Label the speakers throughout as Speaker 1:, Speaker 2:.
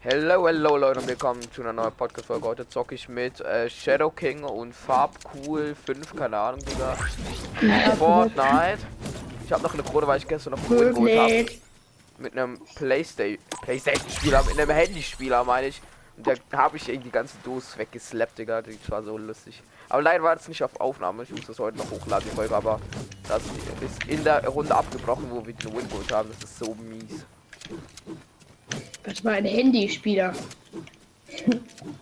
Speaker 1: Hello, hello Leute und willkommen zu einer neuen Podcast-Folge. Heute zocke ich mit äh, Shadow King und Farbcool 5, keine Ahnung, Digga. Fortnite. Ich habe noch eine Krone, weil ich gestern noch Kohle geholt habe.
Speaker 2: Wirklich?
Speaker 1: Mit einem Playsta- Playstation-Spieler, mit einem Handyspieler, meine ich. Und da habe ich irgendwie die ganze Dose weggeslappt, Digga. Das war so lustig. Aber leider war das nicht auf Aufnahme. Ich muss das heute noch hochladen, die Folge. Aber das ist in der Runde abgebrochen, wo wir den Win geholt haben. Das ist so mies.
Speaker 2: Das war ein Handyspieler.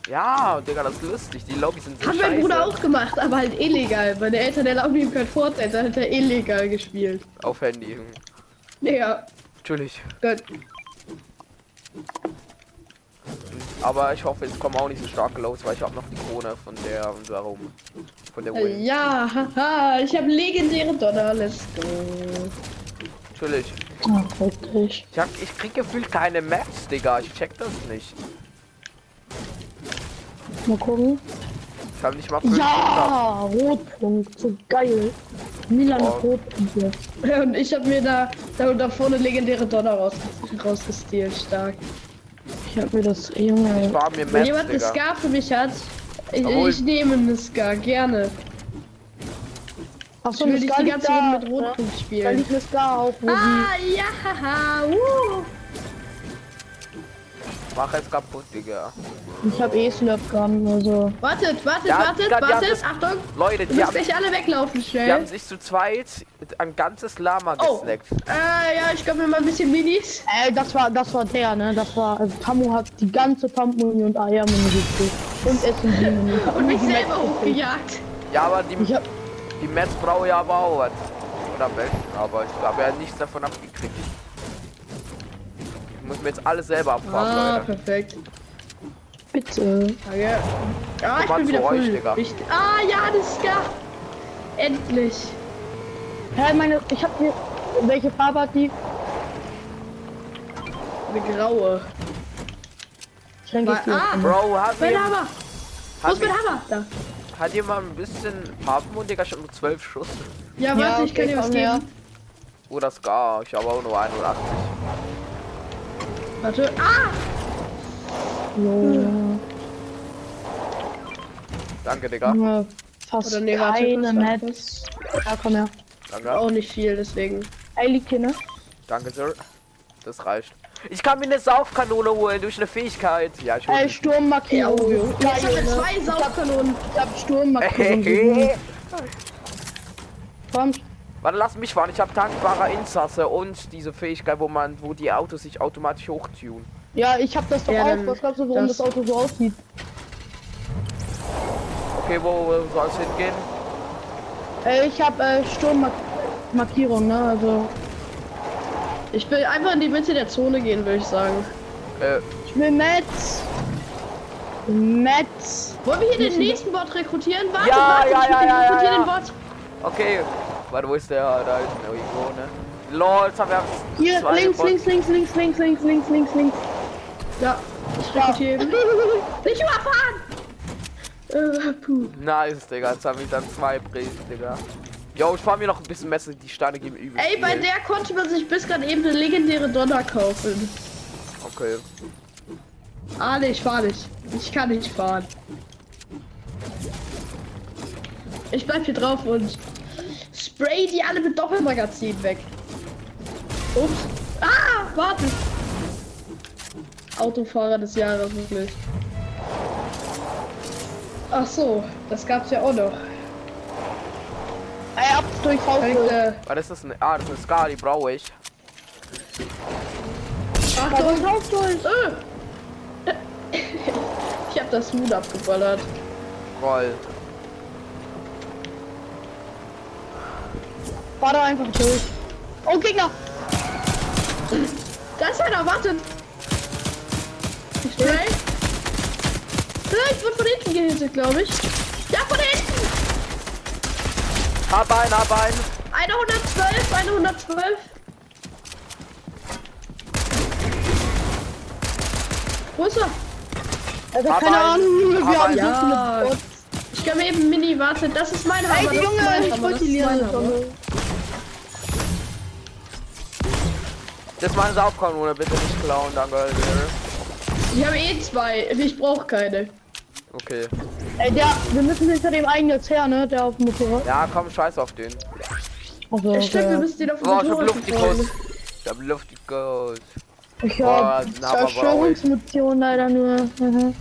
Speaker 1: Ja, Digga, das ist lustig. Die Lobbys sind so
Speaker 2: Hat
Speaker 1: scheiße.
Speaker 2: mein Bruder auch gemacht, aber halt illegal. Meine Eltern erlauben ihm kein Fortnite, dann hat er illegal gespielt.
Speaker 1: Auf Handy. hm.
Speaker 2: Naja,
Speaker 1: Natürlich.
Speaker 2: Gott.
Speaker 1: Aber ich hoffe, es kommen auch nicht so starke Lows, weil ich habe noch die Krone von der und darum. Von der Win.
Speaker 2: Ja, haha, ich habe legendäre Donner, let's go.
Speaker 1: Natürlich.
Speaker 3: Ah,
Speaker 2: Oh, guck dich.
Speaker 1: Ich, hab, ich krieg gefühlt keine Maps, Digga. Ich check das nicht.
Speaker 3: Mal gucken.
Speaker 1: Ich habe nicht mal fünf Punkte.
Speaker 3: Ja, Rotpunkt, so geil. Milan
Speaker 1: Oh.
Speaker 3: Rotpunkt jetzt.
Speaker 2: Und ich habe mir da, da, da vorne legendäre Donner raus, rausgestealt, stark.
Speaker 3: Ich hab mir das, Junge.
Speaker 1: Ich war mir
Speaker 2: Wenn
Speaker 1: Maps,
Speaker 2: jemand eine
Speaker 1: Digga.
Speaker 2: Scar für mich hat, ich,
Speaker 1: Obwohl-
Speaker 2: ich nehme eine Scar, gerne.
Speaker 3: Ach
Speaker 2: Ich
Speaker 3: so,
Speaker 2: will
Speaker 3: das
Speaker 2: nicht
Speaker 3: gar
Speaker 2: die
Speaker 3: nicht
Speaker 2: ganze Runde
Speaker 3: da.
Speaker 2: mit Rotpunkt
Speaker 3: Da
Speaker 2: spielen.
Speaker 3: liegt das gar auf, wo die...
Speaker 2: Ah, ja, haha, wuh.
Speaker 1: Mach es kaputt, Digga.
Speaker 3: Ich hab eh Slurp Gun, also...
Speaker 2: Wartet, wartet,
Speaker 1: Ja,
Speaker 2: wartet,
Speaker 1: ja, die haben
Speaker 2: wartet.
Speaker 1: das-
Speaker 2: Achtung,
Speaker 1: Leute,
Speaker 2: ihr
Speaker 1: die
Speaker 2: müsst
Speaker 1: haben,
Speaker 2: nicht alle weglaufen,
Speaker 1: die haben
Speaker 2: schnell.
Speaker 1: sich zu zweit ein ganzes Lama
Speaker 2: Oh,
Speaker 1: gesnackt.
Speaker 2: äh, ja, ich glaube mir mal ein bisschen Minis.
Speaker 3: Ey, Äh, das war, das war der, ne? Das war, also Tamu hat die ganze Pumpmuni und Eiermuni gekriegt. Und SMG-Muni.
Speaker 2: Und mich selber hochgejagt.
Speaker 1: Ja, aber die,
Speaker 3: Ich hab...
Speaker 1: die Maps brauche ich aber auch. was. Oder welchen, aber ich habe ja nichts davon abgekriegt. Ich muss mir jetzt alles selber abfahren,
Speaker 2: Ah,
Speaker 1: Leute.
Speaker 2: perfekt.
Speaker 3: Bitte.
Speaker 2: Danke. Ah, ich
Speaker 1: Komm mal
Speaker 2: bin
Speaker 1: zu
Speaker 2: wieder
Speaker 1: euch,
Speaker 2: voll.
Speaker 1: Digga.
Speaker 2: Richtig. Ah, ja, das ist gar. Endlich.
Speaker 3: Hä, meine... Ich hab hier... Welche Farbe hat die?
Speaker 2: Eine graue.
Speaker 3: Ich denke,
Speaker 2: Weil-
Speaker 3: ich will-
Speaker 2: ah,
Speaker 1: Bro, hat
Speaker 2: mein
Speaker 1: jemand,
Speaker 2: Hammer. Wo
Speaker 1: hat,
Speaker 2: ist mein Hammer? Da.
Speaker 1: jemand- hat jemand ein bisschen Papenmund, Digga, schon nur 12 Schuss.
Speaker 2: Ja,
Speaker 3: Ja,
Speaker 2: warte, ich kann
Speaker 3: okay,
Speaker 2: dir was
Speaker 3: komm her.
Speaker 2: geben.
Speaker 1: Oder Scar, ich habe auch nur 81.
Speaker 2: Warte. Ah,
Speaker 3: Jo.
Speaker 1: Danke, Digga.
Speaker 2: Mhm.
Speaker 3: Junge, Fast
Speaker 2: Oder nee, warte,
Speaker 3: keine
Speaker 2: das war
Speaker 3: Maps. Ja, komm her.
Speaker 1: Danke.
Speaker 2: auch nicht viel, deswegen.
Speaker 3: Eilige, ne?
Speaker 1: Danke, Sir. Das reicht. Ich kann mir eine Saufkanone holen durch eine Fähigkeit. Ja, ich hol
Speaker 3: Ey,
Speaker 1: die.
Speaker 2: Ja,
Speaker 3: Sturmmarkierung.
Speaker 2: oh, jo.
Speaker 3: Ja,
Speaker 2: Jetzt haben wir
Speaker 3: Junge.
Speaker 2: zwei Saufkanonen.
Speaker 3: Ich hab Sturmmarkierung.
Speaker 1: Hey.
Speaker 3: Komm,
Speaker 1: Warte, lass mich fahren. Ich habe tankbare Insasse und diese Fähigkeit, wo man, wo die Autos sich automatisch hochtun.
Speaker 3: ja, ich hab das doch
Speaker 2: Ja,
Speaker 3: auch.
Speaker 2: dann
Speaker 3: Was glaubst du, warum
Speaker 2: das-
Speaker 3: das, Auto so aussieht?
Speaker 1: Okay, wo äh, soll es hingehen?
Speaker 3: Ey, ich hab äh, Sturmmarkierung, ne? Also,
Speaker 2: Ich will einfach in die Mitte der Zone gehen, würde ich sagen.
Speaker 1: Äh,
Speaker 3: ich will Metz. Metz.
Speaker 2: Wollen wir hier den nächsten Bot rekrutieren? Warte,
Speaker 1: Ja,
Speaker 2: warte,
Speaker 1: ja,
Speaker 2: ich
Speaker 1: ja, ja,
Speaker 2: rekrutiere
Speaker 1: ja,
Speaker 2: den
Speaker 1: ja.
Speaker 2: Bot.
Speaker 1: okay. Warte, wo ist der? Da ist er irgendwo, ne? Lol, jetzt haben wir
Speaker 3: Hier,
Speaker 1: zwei
Speaker 3: links,
Speaker 1: Bots.
Speaker 3: links, links, links, links, links, links, links, links.
Speaker 2: Ja, ich rekrutiere ihn. Nicht überfahren! Äh, puh.
Speaker 1: Nice, Digga. Jetzt haben wir dann zwei Bresen, Digga. Jo, ich fahr mir noch ein bisschen Messer. Die Steine geben übel.
Speaker 2: Ey, bei
Speaker 1: viel.
Speaker 2: der konnte man sich bis gerade eben eine legendäre Donner kaufen.
Speaker 1: Okay.
Speaker 2: Ah, nee, ich fahr nicht. Ich kann nicht fahren. Ich bleib hier drauf und spray die alle mit Doppelmagazin weg. Ups. Ah, warte. Autofahrer des Jahres, wirklich. Ach so, das gab's ja auch noch.
Speaker 3: Ey, ab durch
Speaker 2: Kann ich,
Speaker 3: Haus.
Speaker 2: äh,
Speaker 1: Warte, ist das eine. Ah, das ist eine Scar, die brauche ich.
Speaker 2: Achtung, Äh. Ich hab das Mut abgeballert.
Speaker 1: Gold.
Speaker 3: Fahr da einfach durch. Oh, Gegner.
Speaker 2: Da ist einer, wartet! Schnell! Äh, Ich wurde von hinten gehittet, glaube ich. Ja, von hinten!
Speaker 1: Hab einen, hab einen.
Speaker 2: Eine 112, eine 112. Wo ist er?
Speaker 3: Also,
Speaker 1: Aber
Speaker 3: keine
Speaker 1: ein-
Speaker 3: Ahnung, Junge,
Speaker 1: aber
Speaker 3: wir haben
Speaker 2: ein- Ja.
Speaker 3: so viele Bots.
Speaker 2: Ich kann mir eben Mini, warte, das ist mein Hammer. das
Speaker 3: Ey,
Speaker 2: ist mein
Speaker 3: Junge, ich
Speaker 2: Hammer, das ist mein
Speaker 3: multiliere.
Speaker 2: Hammer.
Speaker 3: Junge.
Speaker 1: Das ist meine Saufkanone, bitte nicht klauen, danke.
Speaker 2: Ich habe eh zwei. Ich brauche keine.
Speaker 1: Okay.
Speaker 3: Ey, der, wir müssen hinter dem Eingang her, ne? Der auf dem Motorrad.
Speaker 1: Ja, komm, scheiß auf den.
Speaker 3: Also,
Speaker 2: Ja, stimmt, wir
Speaker 3: der,
Speaker 2: müssen den auf dem
Speaker 1: Boah, ich hab
Speaker 2: Motorrad
Speaker 1: Luftikus.
Speaker 2: verfolgen.
Speaker 1: Ich hab Luftikus.
Speaker 3: ich
Speaker 1: Boah,
Speaker 3: hab
Speaker 1: Oh, na, aber bei
Speaker 3: Zerstörungsmission leider nur. Mhm.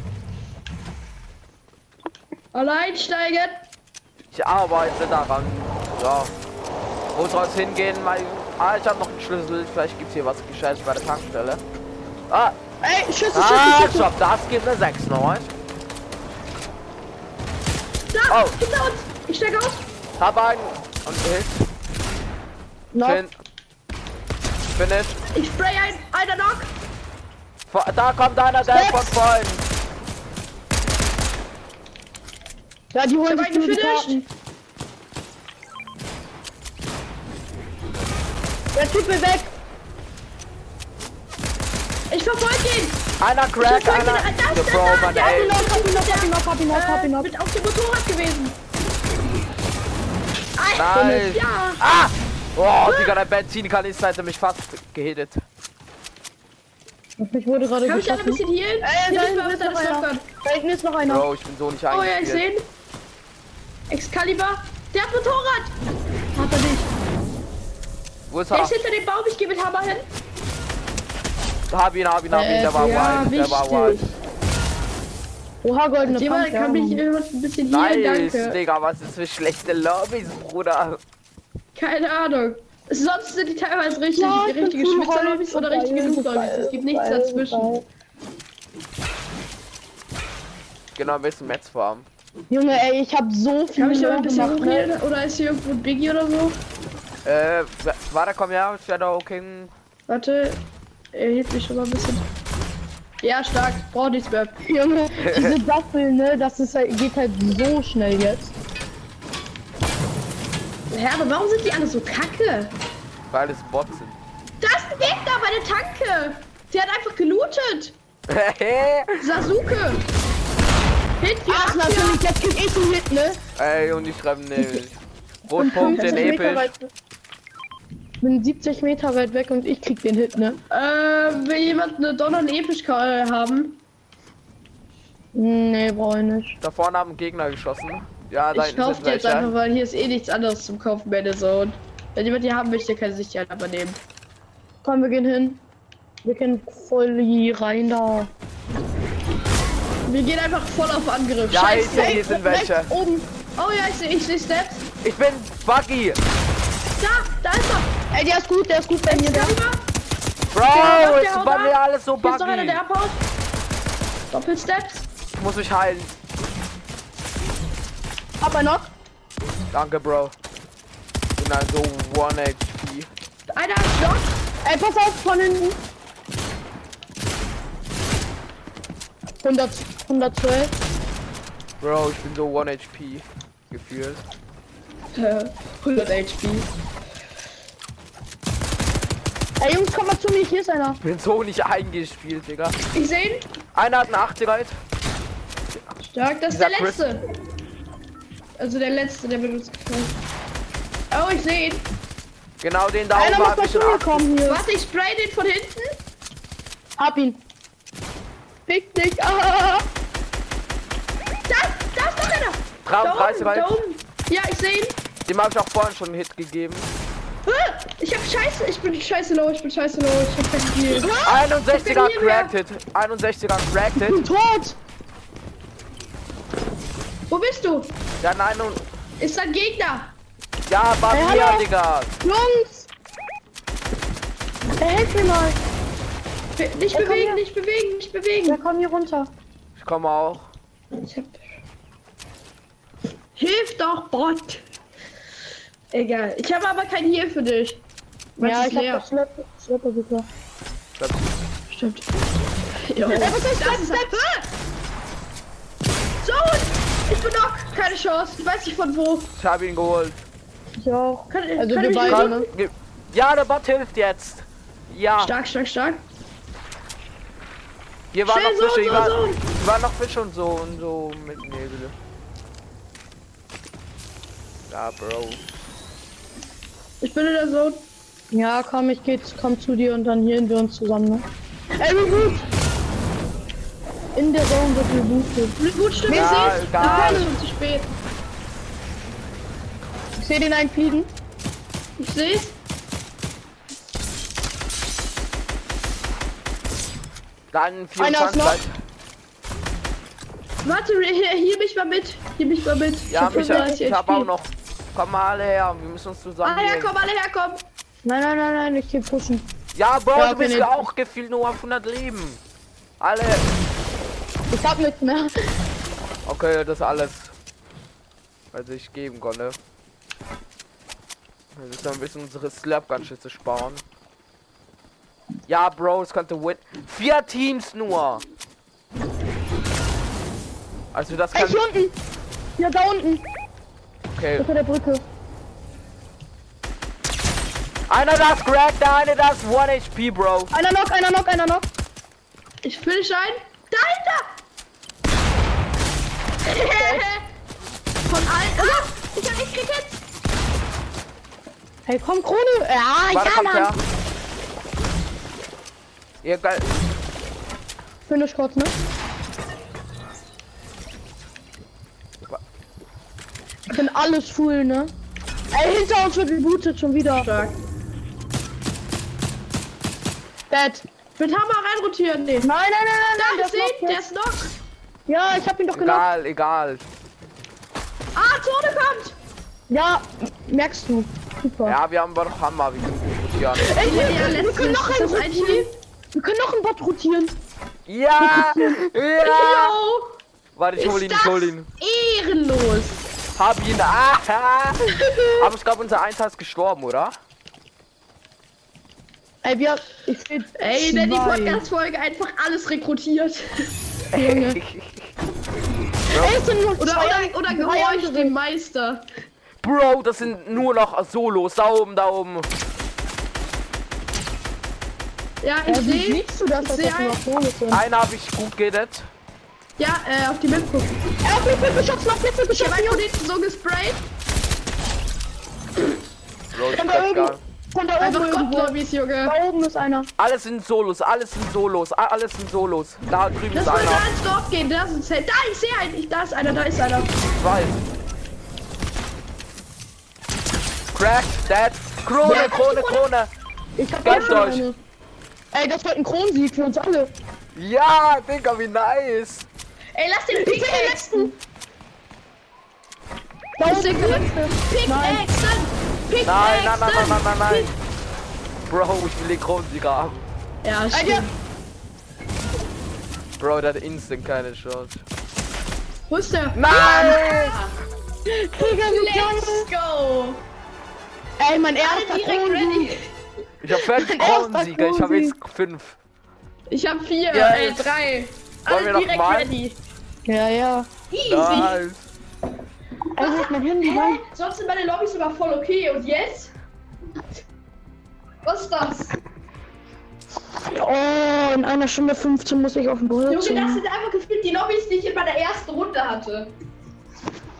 Speaker 2: Allein steigen.
Speaker 1: Ich arbeite daran. Ja. Wo soll's hingehen? Mein... Ah, ich hab noch einen Schlüssel. Vielleicht gibt's hier was Gescheites bei der Tankstelle. Ah,
Speaker 2: Ey, Schüsse, Schüsse,
Speaker 1: ah
Speaker 2: Schüsse.
Speaker 1: stopp, das gibt eine 6 noch.
Speaker 2: Da,
Speaker 1: Oh.
Speaker 2: hinter uns. Ich steige aus.
Speaker 1: Hab einen. Und hit.
Speaker 3: Noch?
Speaker 1: Fin Finish.
Speaker 2: Ich spray ein. Einer knock.
Speaker 1: Vor- Da kommt einer, der ist von
Speaker 2: Sechs.
Speaker 1: vorhin.
Speaker 3: Ja, die holen
Speaker 2: Ich hab
Speaker 3: sich nur die
Speaker 2: einen
Speaker 3: Karten. Der Typ will weg.
Speaker 2: Ich verfolge ihn.
Speaker 1: Einer
Speaker 2: Ich
Speaker 1: crack,
Speaker 2: hab vorhin
Speaker 1: einer.
Speaker 2: wieder- das,
Speaker 1: The
Speaker 2: das,
Speaker 1: Bro,
Speaker 2: das,
Speaker 1: man,
Speaker 2: der
Speaker 1: ey.
Speaker 2: andere-
Speaker 3: Noch, hab ihn noch, hab ihn noch, hab ihn noch, hab ihn
Speaker 2: Äh,
Speaker 3: noch.
Speaker 2: mit auf dem Motorrad gewesen. Alter,
Speaker 1: Nice.
Speaker 2: ja.
Speaker 1: Ah! Oh, Digga, der Benzinkanister hätte mich fast gehittet.
Speaker 3: Ich wurde gerade
Speaker 2: Kann ich alle ein
Speaker 3: geschossen.
Speaker 2: bisschen healen? Hier
Speaker 3: Ey, da
Speaker 2: liegt
Speaker 3: hinten
Speaker 2: mir was
Speaker 3: ist
Speaker 2: deine
Speaker 3: noch einer.
Speaker 2: Shotgun.
Speaker 3: Da hinten ist noch einer.
Speaker 1: Bro, ich bin so nicht
Speaker 2: Oh ja, ich
Speaker 1: eingespielt.
Speaker 2: sehe ihn. Excalibur. Der hat Motorrad. Hat er nicht.
Speaker 1: Wo ist
Speaker 2: Der
Speaker 1: er?
Speaker 2: ist hinter dem Baum. Ich gehe mit Hammer hin.
Speaker 1: Hab ihn, hab ihn, hab ihn. Der war
Speaker 2: Äh, ja,
Speaker 1: wild, der war wild.
Speaker 2: wichtig.
Speaker 3: Oha, goldene
Speaker 2: Jemand
Speaker 3: Panzer.
Speaker 2: kann mich irgendwas ein bisschen healen.
Speaker 1: Nice,
Speaker 2: Danke.
Speaker 1: Digga, was ist für schlechte Lobbys, Bruder?
Speaker 2: Keine Ahnung. Sonst sind die teilweise richtig,
Speaker 3: Ja, ich bin
Speaker 2: richtige
Speaker 3: zu
Speaker 2: Schwitzer-Lobbys
Speaker 3: voll
Speaker 2: oder richtige
Speaker 3: dabei,
Speaker 2: Noob-Lobbys. Es gibt nichts
Speaker 3: dabei,
Speaker 2: dazwischen.
Speaker 3: dabei.
Speaker 1: Genau, wir müssen Metz farmen.
Speaker 3: Junge, ey, ich hab so viel
Speaker 2: Kann mich aber ein
Speaker 3: Müll
Speaker 2: bisschen
Speaker 3: gemacht, ne?
Speaker 2: hochhealen? Oder ist hier irgendwo ein Biggie oder so?
Speaker 1: Äh, warte, komm her, Shadow King.
Speaker 2: Warte. Er hebt mich schon mal ein bisschen. Ja, stark. Braucht nichts mehr.
Speaker 3: Junge, diese Daffel, ne? Das ist halt, geht halt so schnell jetzt.
Speaker 2: Hä, aber warum sind die alle so kacke?
Speaker 1: Weil es Bots sind.
Speaker 2: Da ist ein Gegner bei der Tanke. Der hat einfach gelootet. Sasuke. Hit die
Speaker 3: Ach, Ah, natürlich, jetzt krieg ich einen Hit, ne?
Speaker 1: Ey, und ich schreibe nämlich. Rotpunkt in
Speaker 3: 50 Meter
Speaker 1: episch.
Speaker 3: weit. Bin 70 Meter weit weg und ich krieg den Hit, ne?
Speaker 2: Äh, will jemand eine Donner und Epischkarte haben?
Speaker 3: Nee, brauche ich nicht.
Speaker 1: Da vorne haben Gegner geschossen. Ja, da
Speaker 2: Ich
Speaker 1: hinten
Speaker 2: kauf
Speaker 1: sind
Speaker 2: die jetzt
Speaker 1: welche.
Speaker 2: einfach, weil hier ist eh nichts anderes zum Kaufen bei der Zone. Wenn jemand die haben möchte, kann sich die halt aber nehmen.
Speaker 3: Komm, wir gehen hin. Wir gehen voll hier rein da.
Speaker 2: Wir gehen einfach voll auf Angriff.
Speaker 1: Ja,
Speaker 2: Scheiße.
Speaker 1: hier- hier sind welche.
Speaker 3: Rechts oben.
Speaker 2: Oh ja, ich sehe ich seh Steps.
Speaker 1: Ich bin Buggy.
Speaker 2: Da, da ist er.
Speaker 3: Ey, der ist gut, der ist gut bei mir.
Speaker 2: Ist
Speaker 3: Der
Speaker 2: er rüber? Ja,
Speaker 1: Bro,
Speaker 2: der
Speaker 1: ist
Speaker 2: haut
Speaker 1: bei
Speaker 2: ab.
Speaker 1: mir alles so
Speaker 2: Hier ist noch einer,
Speaker 1: buggy.
Speaker 2: der abhaut. Doppelsteps.
Speaker 1: Ich muss mich heilen.
Speaker 3: aber noch.
Speaker 1: Danke, Bro. Ich bin also 1 HP.
Speaker 2: Einer hat Stock.
Speaker 3: Ey, pass auf, von hinten. 100, 112.
Speaker 1: Bro, ich bin so 1 HP. Gefühlt.
Speaker 2: Äh, 100 HP.
Speaker 3: Ey, Jungs, komm mal zu mir, hier ist einer.
Speaker 1: Ich bin so nicht eingespielt, Digga.
Speaker 2: Ich sehe ihn.
Speaker 1: Einer hat einen 80er Hit.
Speaker 2: Stark, das ist
Speaker 1: Dieser
Speaker 2: der letzte. Also der letzte, der mit uns gekommen ist. Oh, ich sehe ihn.
Speaker 1: Genau den da
Speaker 3: Einer
Speaker 1: oben
Speaker 3: muss
Speaker 1: hab
Speaker 3: mal
Speaker 1: ich
Speaker 3: zu
Speaker 1: einen
Speaker 3: mir
Speaker 1: 80er.
Speaker 3: kommen hier.
Speaker 2: Warte, ich spray den von hinten.
Speaker 3: Hab ihn. Picknick. Ah.
Speaker 2: Da, da ist noch einer. Da
Speaker 1: 33
Speaker 2: oben, da
Speaker 1: Hit.
Speaker 2: oben. Ja, ich sehe ihn.
Speaker 1: Dem hab ich auch vorhin schon einen Hit gegeben.
Speaker 2: Ah, Ich hab scheiße, ich bin scheiße low, ich bin scheiße low, ich hab kein Heal.
Speaker 1: 61er
Speaker 2: Ich bin hier
Speaker 1: cracked Hit. 61er cracked Hit.
Speaker 3: Bin tot.
Speaker 2: Wo bist du?
Speaker 1: Dann ein und...
Speaker 2: Ist dein Gegner?
Speaker 1: Ja, bei
Speaker 3: Hey,
Speaker 1: mir,
Speaker 3: hallo.
Speaker 1: Digga.
Speaker 3: Jungs. Ey, helf mir mal.
Speaker 2: Be nicht
Speaker 3: Ey, komm
Speaker 2: bewegen,
Speaker 3: her.
Speaker 2: nicht bewegen, nicht
Speaker 3: Ja,
Speaker 2: bewegen.
Speaker 3: komm hier runter.
Speaker 1: Ich komme auch.
Speaker 2: Ich hab... Hilf doch, Bot. Egal, ich habe aber kein Heal für dich. Was
Speaker 3: ja,
Speaker 2: ist
Speaker 3: ich
Speaker 2: leer?
Speaker 3: hab das Schlepp- Schlepper bitte.
Speaker 2: Stimmt. Ja,
Speaker 3: was soll ich
Speaker 2: das ist ah! So, ich bin noch keine Chance. Ich weiß nicht von wo.
Speaker 1: Ich hab ihn geholt.
Speaker 3: Ich auch.
Speaker 2: Kann,
Speaker 3: Also
Speaker 2: kann
Speaker 3: wir
Speaker 2: mich
Speaker 3: beide,
Speaker 2: jemand-
Speaker 1: Komm, gib- Ja, der Bot hilft jetzt. Ja,
Speaker 2: Stark, stark, stark.
Speaker 1: hier waren noch
Speaker 2: Schnell, so,
Speaker 1: Fische. Hier
Speaker 2: so,
Speaker 1: waren,
Speaker 2: so.
Speaker 1: hier waren noch Fische und so und so mit Nebel. Ja, Bro.
Speaker 2: Ich bin in der Zone.
Speaker 3: Ja, komm, ich geh, komm zu dir und dann healen wir uns zusammen. Ne? Ey, wie gut. In der Zone wird geboostet.
Speaker 2: Gut, stimmt,
Speaker 1: Ja,
Speaker 2: ich seh's.
Speaker 1: egal.
Speaker 2: Ah, Ich schon zu spät.
Speaker 3: Ich sehe den einen fliegen.
Speaker 2: Ich seh's.
Speaker 1: Dann
Speaker 3: Einer ist
Speaker 1: 24.
Speaker 3: noch.
Speaker 1: Leute.
Speaker 2: Warte, hier, hier mich mal mit. Hier mich mal mit.
Speaker 1: Ja,
Speaker 2: hab
Speaker 1: Micha,
Speaker 2: 35
Speaker 1: ich hab
Speaker 2: HP.
Speaker 1: auch noch. Komm mal alle her, wir müssen uns
Speaker 3: Ah,
Speaker 1: zusammen.
Speaker 2: Alle herkommen, alle herkommen.
Speaker 3: Nein, nein, nein, nein, ich geh pushen.
Speaker 1: Ja, Bro,
Speaker 3: Ja,
Speaker 1: du bist
Speaker 3: okay,
Speaker 1: ja
Speaker 3: nee.
Speaker 1: auch gefühlt nur auf 100 Leben. Alle.
Speaker 3: Ich hab nichts mehr.
Speaker 1: Okay, das ist alles. Was ich geben konnte. Wir müssen ein bisschen unsere Slapgun-Schüsse sparen. Ja, Bro, es könnte win. Vier Teams nur. Also das
Speaker 3: Ey,
Speaker 1: kann.
Speaker 3: hier unten! Ja, da unten!
Speaker 1: Okay.
Speaker 3: Unter der Brücke.
Speaker 1: Einer das Crack, der eine das One HP, Bro.
Speaker 3: Einer noch, einer noch, einer noch.
Speaker 2: Ich finish ein. Da hinter! Von allen. Ah, ich hab nicht gekriegt.
Speaker 3: Hey, komm, Krone! Ja,
Speaker 1: Warte,
Speaker 3: ja,
Speaker 1: kommt her.
Speaker 3: Mann!
Speaker 1: Ihr geil.
Speaker 3: Finish kurz, ne? Ich bin alles full, ne? Ey, hinter uns wird gebootet schon wieder.
Speaker 2: Stark.
Speaker 3: Dead.
Speaker 2: Mit Hammer reinrotieren. Nee.
Speaker 3: Nein, nein, nein,
Speaker 2: Da,
Speaker 3: nein, nein.
Speaker 2: ich
Speaker 3: das
Speaker 2: seh,
Speaker 3: macht
Speaker 2: ihn, der
Speaker 3: nichts.
Speaker 2: ist knock.
Speaker 3: Ja, ich hab ihn doch genommen.
Speaker 1: Egal, egal.
Speaker 2: Ah, Zone kommt.
Speaker 3: Ja, merkst du. Super.
Speaker 1: Ja, wir haben aber noch Hammer, wir können gut rotieren.
Speaker 3: Ey,
Speaker 2: Ja,
Speaker 3: wir,
Speaker 2: ja,
Speaker 3: wir
Speaker 2: letztens
Speaker 3: können noch
Speaker 2: ist
Speaker 3: einen
Speaker 2: das ein
Speaker 3: rotieren. Wir können noch einen Bot rotieren.
Speaker 1: Ja! Ja!
Speaker 2: Yo.
Speaker 1: Warte, ich hol
Speaker 2: Ist
Speaker 1: ihn, ich hol
Speaker 2: das
Speaker 1: ihn.
Speaker 2: ehrenlos.
Speaker 1: Hab ihn. Ah! Aber ich glaube, unser Einser ist gestorben, oder?
Speaker 3: Ey, wir. Ich seh
Speaker 2: Ey, der die
Speaker 3: zwei.
Speaker 2: Podcast-Folge einfach alles rekrutiert.
Speaker 3: Ey, es sind nur
Speaker 2: Oder,
Speaker 3: zwei,
Speaker 2: oder, oder
Speaker 3: drei
Speaker 2: gehorcht
Speaker 3: andere.
Speaker 2: dem Meister.
Speaker 1: Bro, das sind nur noch Solos. Da oben, da oben.
Speaker 2: Ja, ich
Speaker 3: Ja, wie
Speaker 2: sehe.
Speaker 3: siehst du das, dass
Speaker 2: seh
Speaker 3: das nur
Speaker 2: ein-
Speaker 3: noch Krone sind?
Speaker 1: Einen habe ich gut gedet.
Speaker 2: Ja, äh, auf die Map gucken.
Speaker 3: Er hat mich mitgeschossen, hat mich
Speaker 2: Ich habe
Speaker 3: mitgeschossen.
Speaker 2: einen von
Speaker 3: Junge.
Speaker 2: hinten so gesprayt.
Speaker 1: Bro, ich
Speaker 3: Von da
Speaker 1: treffe gar
Speaker 3: oben. Von da oben
Speaker 2: Einfach
Speaker 3: irgendwo.
Speaker 2: Gottlobbys, Junge.
Speaker 3: Da oben ist einer.
Speaker 1: Alles sind Solos, alles sind Solos, a- alles sind Solos. Da drüben
Speaker 2: Lass
Speaker 1: ist
Speaker 2: mal
Speaker 1: einer.
Speaker 2: da ins Dorf gehen, da ist ein Zelt. Da, ich sehe einen. Ich, da ist einer, da ist einer.
Speaker 1: Zwei. Crack, dead. Krone,
Speaker 3: Ja,
Speaker 1: Krone, Krone.
Speaker 3: Ich hab
Speaker 1: Ganz
Speaker 3: auch
Speaker 1: deutsch.
Speaker 3: eine. Ey, das wird ein Kronensieg für uns alle.
Speaker 1: Ja, Digga, wie nice.
Speaker 2: Ey, lass den Pickaxe.
Speaker 3: letzten. Da
Speaker 2: Ist der
Speaker 3: oben.
Speaker 2: gut?
Speaker 3: Nein.
Speaker 2: Pickaxe.
Speaker 1: Nein,
Speaker 2: Pickaxe.
Speaker 1: nein, nein, nein, nein, nein, nein. Bro, ich will den Kronensieger haben.
Speaker 2: Ja,
Speaker 3: Ey, der-
Speaker 2: stimmt.
Speaker 1: Bro, der hat instant keine Chance.
Speaker 2: Wo ist der?
Speaker 1: Nein!
Speaker 3: Digga, du
Speaker 2: Let's
Speaker 3: Junge.
Speaker 2: go.
Speaker 3: Ey, mein
Speaker 2: Alle
Speaker 3: erster
Speaker 2: direkt
Speaker 3: Kronensieg.
Speaker 2: ready.
Speaker 1: Ich hab fertig
Speaker 3: Erster
Speaker 1: Kronensieger, ich habe jetzt
Speaker 3: Kronensieg.
Speaker 1: fünf.
Speaker 2: Ich hab vier,
Speaker 1: Ja,
Speaker 2: äh,
Speaker 1: jetzt.
Speaker 2: drei.
Speaker 1: wir
Speaker 2: Alle
Speaker 1: noch
Speaker 2: direkt
Speaker 1: mal?
Speaker 2: ready.
Speaker 3: Ja, ja.
Speaker 2: Easy.
Speaker 1: Nice.
Speaker 3: Ey, wo ist mein Handy?
Speaker 2: Hä?
Speaker 3: Nein.
Speaker 2: Sonst sind meine Lobbys immer voll okay. Und jetzt? Was ist das?
Speaker 3: Oh, in einer Stunde 15 muss ich auf den Bruder
Speaker 2: Junge, das
Speaker 3: ziehen.
Speaker 2: sind einfach gefühlt die Lobbys, die ich in meiner ersten Runde hatte.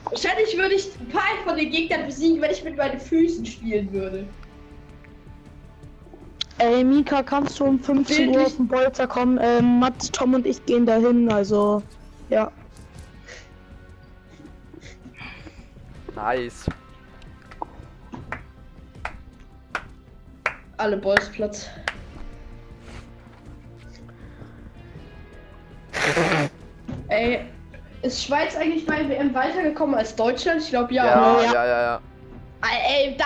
Speaker 2: Wahrscheinlich würde ich ein paar von den Gegnern besiegen, wenn ich mit meinen Füßen spielen würde.
Speaker 3: Ey, Mika, kannst du um 15 Uhr
Speaker 2: Bildlich.
Speaker 3: auf den Bolzer kommen? Ähm, Mats, Tom und ich gehen dahin, also. Ja.
Speaker 1: Nice.
Speaker 2: Alle Boys Platz. Ey, ist Schweiz eigentlich bei WM weitergekommen als Deutschland? Ich glaube ja.
Speaker 1: Ja,
Speaker 2: ne?
Speaker 1: ja, ja, ja.
Speaker 2: Ey, ey, da,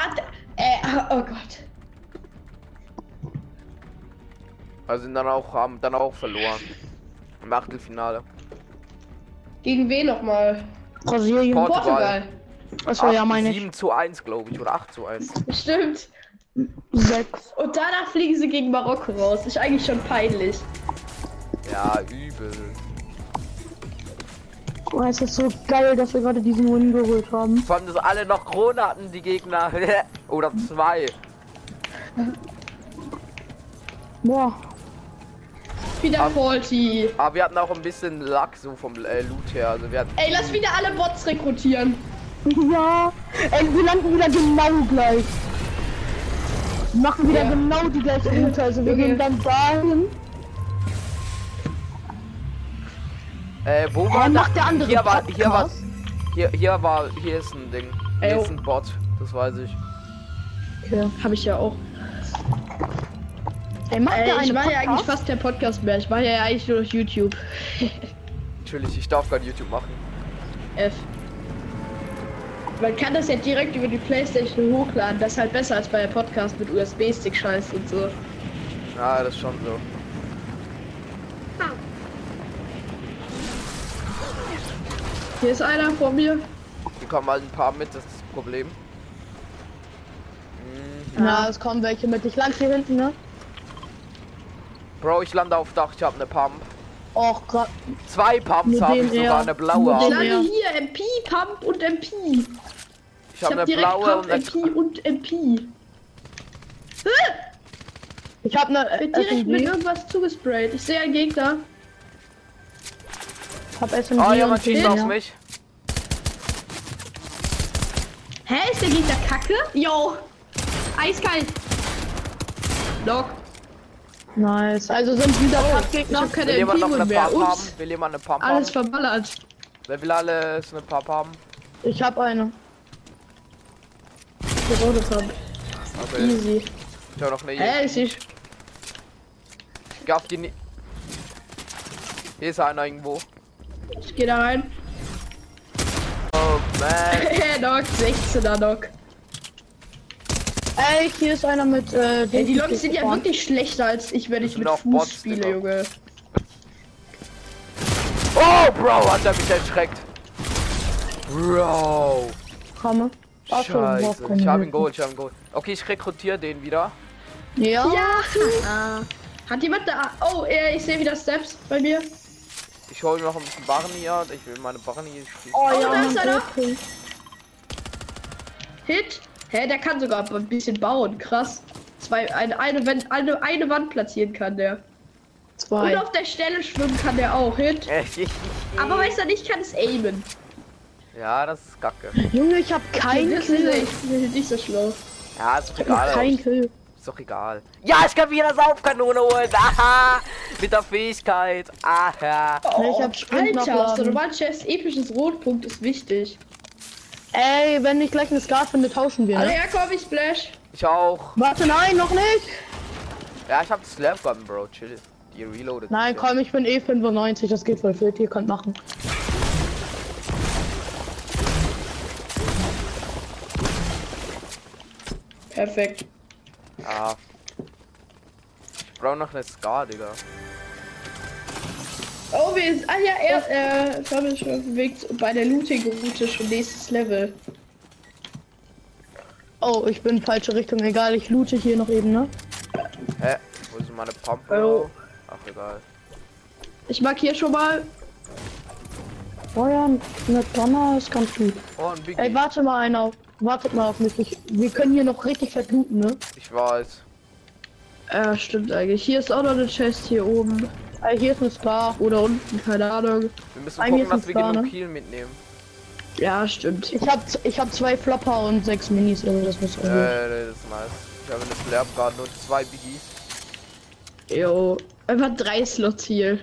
Speaker 2: ey, oh Gott.
Speaker 1: Also sind dann auch, haben dann auch verloren. Im Achtelfinale.
Speaker 2: Gegen wen nochmal?
Speaker 3: Brasilien.
Speaker 1: Port- Portugal.
Speaker 2: Portugal.
Speaker 3: Achso, ja, meine ich.
Speaker 1: 7 zu 1, glaube ich, oder 8 zu 1.
Speaker 2: Stimmt.
Speaker 3: 6.
Speaker 2: Und danach fliegen sie gegen Marokko raus. Ist eigentlich schon peinlich.
Speaker 1: Ja, übel.
Speaker 3: Oh, es ist so geil, dass wir gerade diesen Win geholt haben.
Speaker 1: Vor allem, dass alle noch Krone hatten, die Gegner. Oder zwei.
Speaker 3: Boah.
Speaker 2: Wieder
Speaker 1: Ab-
Speaker 2: faulty.
Speaker 1: Aber wir hatten auch ein bisschen Luck so vom äh, Loot her. Also wir hatten.
Speaker 2: Ey, lass wieder alle Bots rekrutieren.
Speaker 3: Ja. Ey, wir landen wieder genau gleich. Wir machen wieder
Speaker 2: Ja. Mhm.
Speaker 3: genau die gleiche Route, also wir
Speaker 2: Junge.
Speaker 3: gehen dann dahin.
Speaker 1: Äh, wo
Speaker 3: Oh,
Speaker 1: war
Speaker 3: macht der andere
Speaker 1: Hier war, hier war,
Speaker 3: Podcast?
Speaker 1: hier, hier war, hier ist ein Ding. Hier
Speaker 2: Ey,
Speaker 1: ist ein Bot, das weiß ich.
Speaker 2: Okay, habe ich ja auch.
Speaker 3: Ey, macht der
Speaker 2: Äh, ich
Speaker 3: eine
Speaker 2: war ja eigentlich
Speaker 3: Podcast?
Speaker 2: fast kein Podcast mehr. Ich war ja eigentlich nur durch YouTube.
Speaker 1: Natürlich, ich darf kein YouTube machen.
Speaker 2: F. Man kann das ja direkt über die Playstation hochladen. Das ist halt besser als bei Podcast mit USB-Stick-Scheiß und so.
Speaker 1: Ja, das ist schon so.
Speaker 2: Hier ist einer vor mir.
Speaker 1: Hier kommen halt ein paar mit, das ist das Problem. Mhm.
Speaker 3: Na, es kommen welche mit. Ich land hier hinten, ne?
Speaker 1: Bro, ich lande auf Dach, ich habe eine Pump.
Speaker 3: Och Gott.
Speaker 1: Zwei Pumps
Speaker 3: Mit
Speaker 1: habe
Speaker 3: dem
Speaker 1: ich sogar,
Speaker 3: er-
Speaker 1: eine blaue.
Speaker 3: mit
Speaker 2: Ich
Speaker 3: Oh,
Speaker 1: auch.
Speaker 2: lande
Speaker 3: ja.
Speaker 2: hier MP, Pump und MP.
Speaker 1: Ich habe
Speaker 2: Ich habe hab
Speaker 1: eine
Speaker 2: direkt
Speaker 1: blaue
Speaker 2: Pump,
Speaker 1: und eine...
Speaker 2: MP und MP.
Speaker 3: Ich hab ne
Speaker 2: Wird direkt mit
Speaker 3: SMG.
Speaker 2: irgendwas zugesprayt. Ich sehe einen Gegner.
Speaker 3: Hab SMG.
Speaker 1: Oh,
Speaker 3: und
Speaker 1: jemand schießt
Speaker 3: Schild.
Speaker 1: auf mich.
Speaker 2: Hä, ist der Gegner kacke? Yo! Eiskalt! Knock.
Speaker 3: Nice. Also sind wieder
Speaker 2: Oh, Ich hab keine
Speaker 1: Will jemand noch
Speaker 2: MP
Speaker 1: eine
Speaker 2: mehr.
Speaker 1: Pump
Speaker 2: Ups.
Speaker 1: haben? Will jemand eine Pump
Speaker 2: Alles
Speaker 1: haben?
Speaker 2: verballert.
Speaker 1: Wer will alles eine Pump haben?
Speaker 3: Ich hab eine.
Speaker 2: Ich hab das haben.
Speaker 1: Okay,
Speaker 3: Easy.
Speaker 1: Also, ich habe noch eine.
Speaker 2: Hä, ist ich.
Speaker 1: Geh auf die... Ni- Hier ist einer irgendwo.
Speaker 2: Ich geh da rein.
Speaker 1: Oh, man.
Speaker 2: Knock, 16er Knock.
Speaker 3: Ey, hier ist einer mit äh,
Speaker 2: Ey, die
Speaker 3: Dings
Speaker 2: Leute sind ja
Speaker 3: gefahren.
Speaker 2: wirklich schlechter als ich, wenn ich
Speaker 1: sind
Speaker 2: mit
Speaker 1: auch
Speaker 2: Fuß
Speaker 1: Bots,
Speaker 2: spiele,
Speaker 1: Digga.
Speaker 2: Junge.
Speaker 1: Oh, Bro, hat er mich erschreckt. Bro.
Speaker 3: Komme. Ach so,
Speaker 1: Scheiße.
Speaker 3: Bock,
Speaker 1: Ich habe ihn
Speaker 3: komm,
Speaker 1: geholt, ich habe ihn geholt. Okay, ich rekrutiere den wieder.
Speaker 3: Ja.
Speaker 2: Ja! Hat jemand da. Oh, äh, ich sehe wieder Steps bei mir.
Speaker 1: Ich hole mir noch ein bisschen Barren hier und ich will meine Barren hier spielen.
Speaker 3: Oh,
Speaker 2: Oh, da
Speaker 3: ja.
Speaker 2: ist einer.
Speaker 3: okay.
Speaker 2: Hit. Hä, der kann sogar ein bisschen bauen. Krass. Zwei, eine, eine, Wand- eine, eine Wand platzieren kann der. Und
Speaker 3: Zwei.
Speaker 2: auf der Stelle schwimmen kann der auch. Hit. Aber weiß er nicht, kann es aimen.
Speaker 1: ja, das ist kacke.
Speaker 3: Junge, ich hab
Speaker 2: Ein
Speaker 3: keinen
Speaker 2: bisschen
Speaker 3: Kill.
Speaker 2: nicht, nicht, nicht so schlau.
Speaker 1: Ja, ist doch
Speaker 3: Ich hab
Speaker 1: egal.
Speaker 3: keinen
Speaker 1: aber-
Speaker 3: Kill.
Speaker 1: Ist doch egal. Ja, ich kann wieder Saufkanone holen. Aha. Mit der Fähigkeit. Aha.
Speaker 3: Nee, ich hab Sprint
Speaker 2: Oh, Alter,
Speaker 3: nachladen.
Speaker 2: so normal Chefs episches Rotpunkt ist wichtig.
Speaker 3: Ey, wenn ich gleich eine Scar finde, tauschen wir,
Speaker 2: Alter,
Speaker 3: ne?
Speaker 2: ja komm, ich splash.
Speaker 1: Ich auch.
Speaker 3: Warte, nein, noch nicht.
Speaker 1: Ja, ich habe das Slap Gun, Bro. Chill. Die reloadet.
Speaker 3: Nein,
Speaker 1: sich ja.
Speaker 3: komm, ich bin eh 95, das geht voll fit, ihr könnt machen.
Speaker 2: Perfekt.
Speaker 1: Ja. Ah. Ich brauche noch eine Scar, Digga.
Speaker 2: Oh, wir sind. Ah ja, er äh, Tommy ist schon auf dem Weg zu- bei der Looting-Route schon nächstes Level.
Speaker 3: Oh, ich bin falsche Richtung, egal, ich loote hier noch eben, ne?
Speaker 1: Hä? Wo ist meine Pumpe?
Speaker 2: Oh.
Speaker 1: Ach, egal.
Speaker 2: Ich markiere schon mal.
Speaker 3: Oh ja, eine Donner ist ganz gut.
Speaker 1: Oh, ein Biggie.
Speaker 3: Ey, warte mal einer auf. Wartet mal auf mich. Ich, wir können hier noch richtig fett looten, ne?
Speaker 1: ich weiß.
Speaker 2: Äh, stimmt eigentlich. Hier ist auch noch eine Chest hier oben. Äh,
Speaker 3: Ey, hier ist eine Scar.
Speaker 2: Oder unten, keine Ahnung.
Speaker 1: Wir müssen
Speaker 3: Eigentlich
Speaker 1: gucken, dass
Speaker 3: ist
Speaker 1: wir
Speaker 3: es Scar,
Speaker 1: genug
Speaker 3: ne?
Speaker 1: Kiel mitnehmen.
Speaker 2: Ja, stimmt.
Speaker 3: Ich hab, z- ich hab zwei Flopper und sechs Minis, also das muss äh.
Speaker 1: Äh, das ist nice. Ich habe eine Slap Gun und zwei Biggies.
Speaker 2: Jo. Einfach drei Slots hier.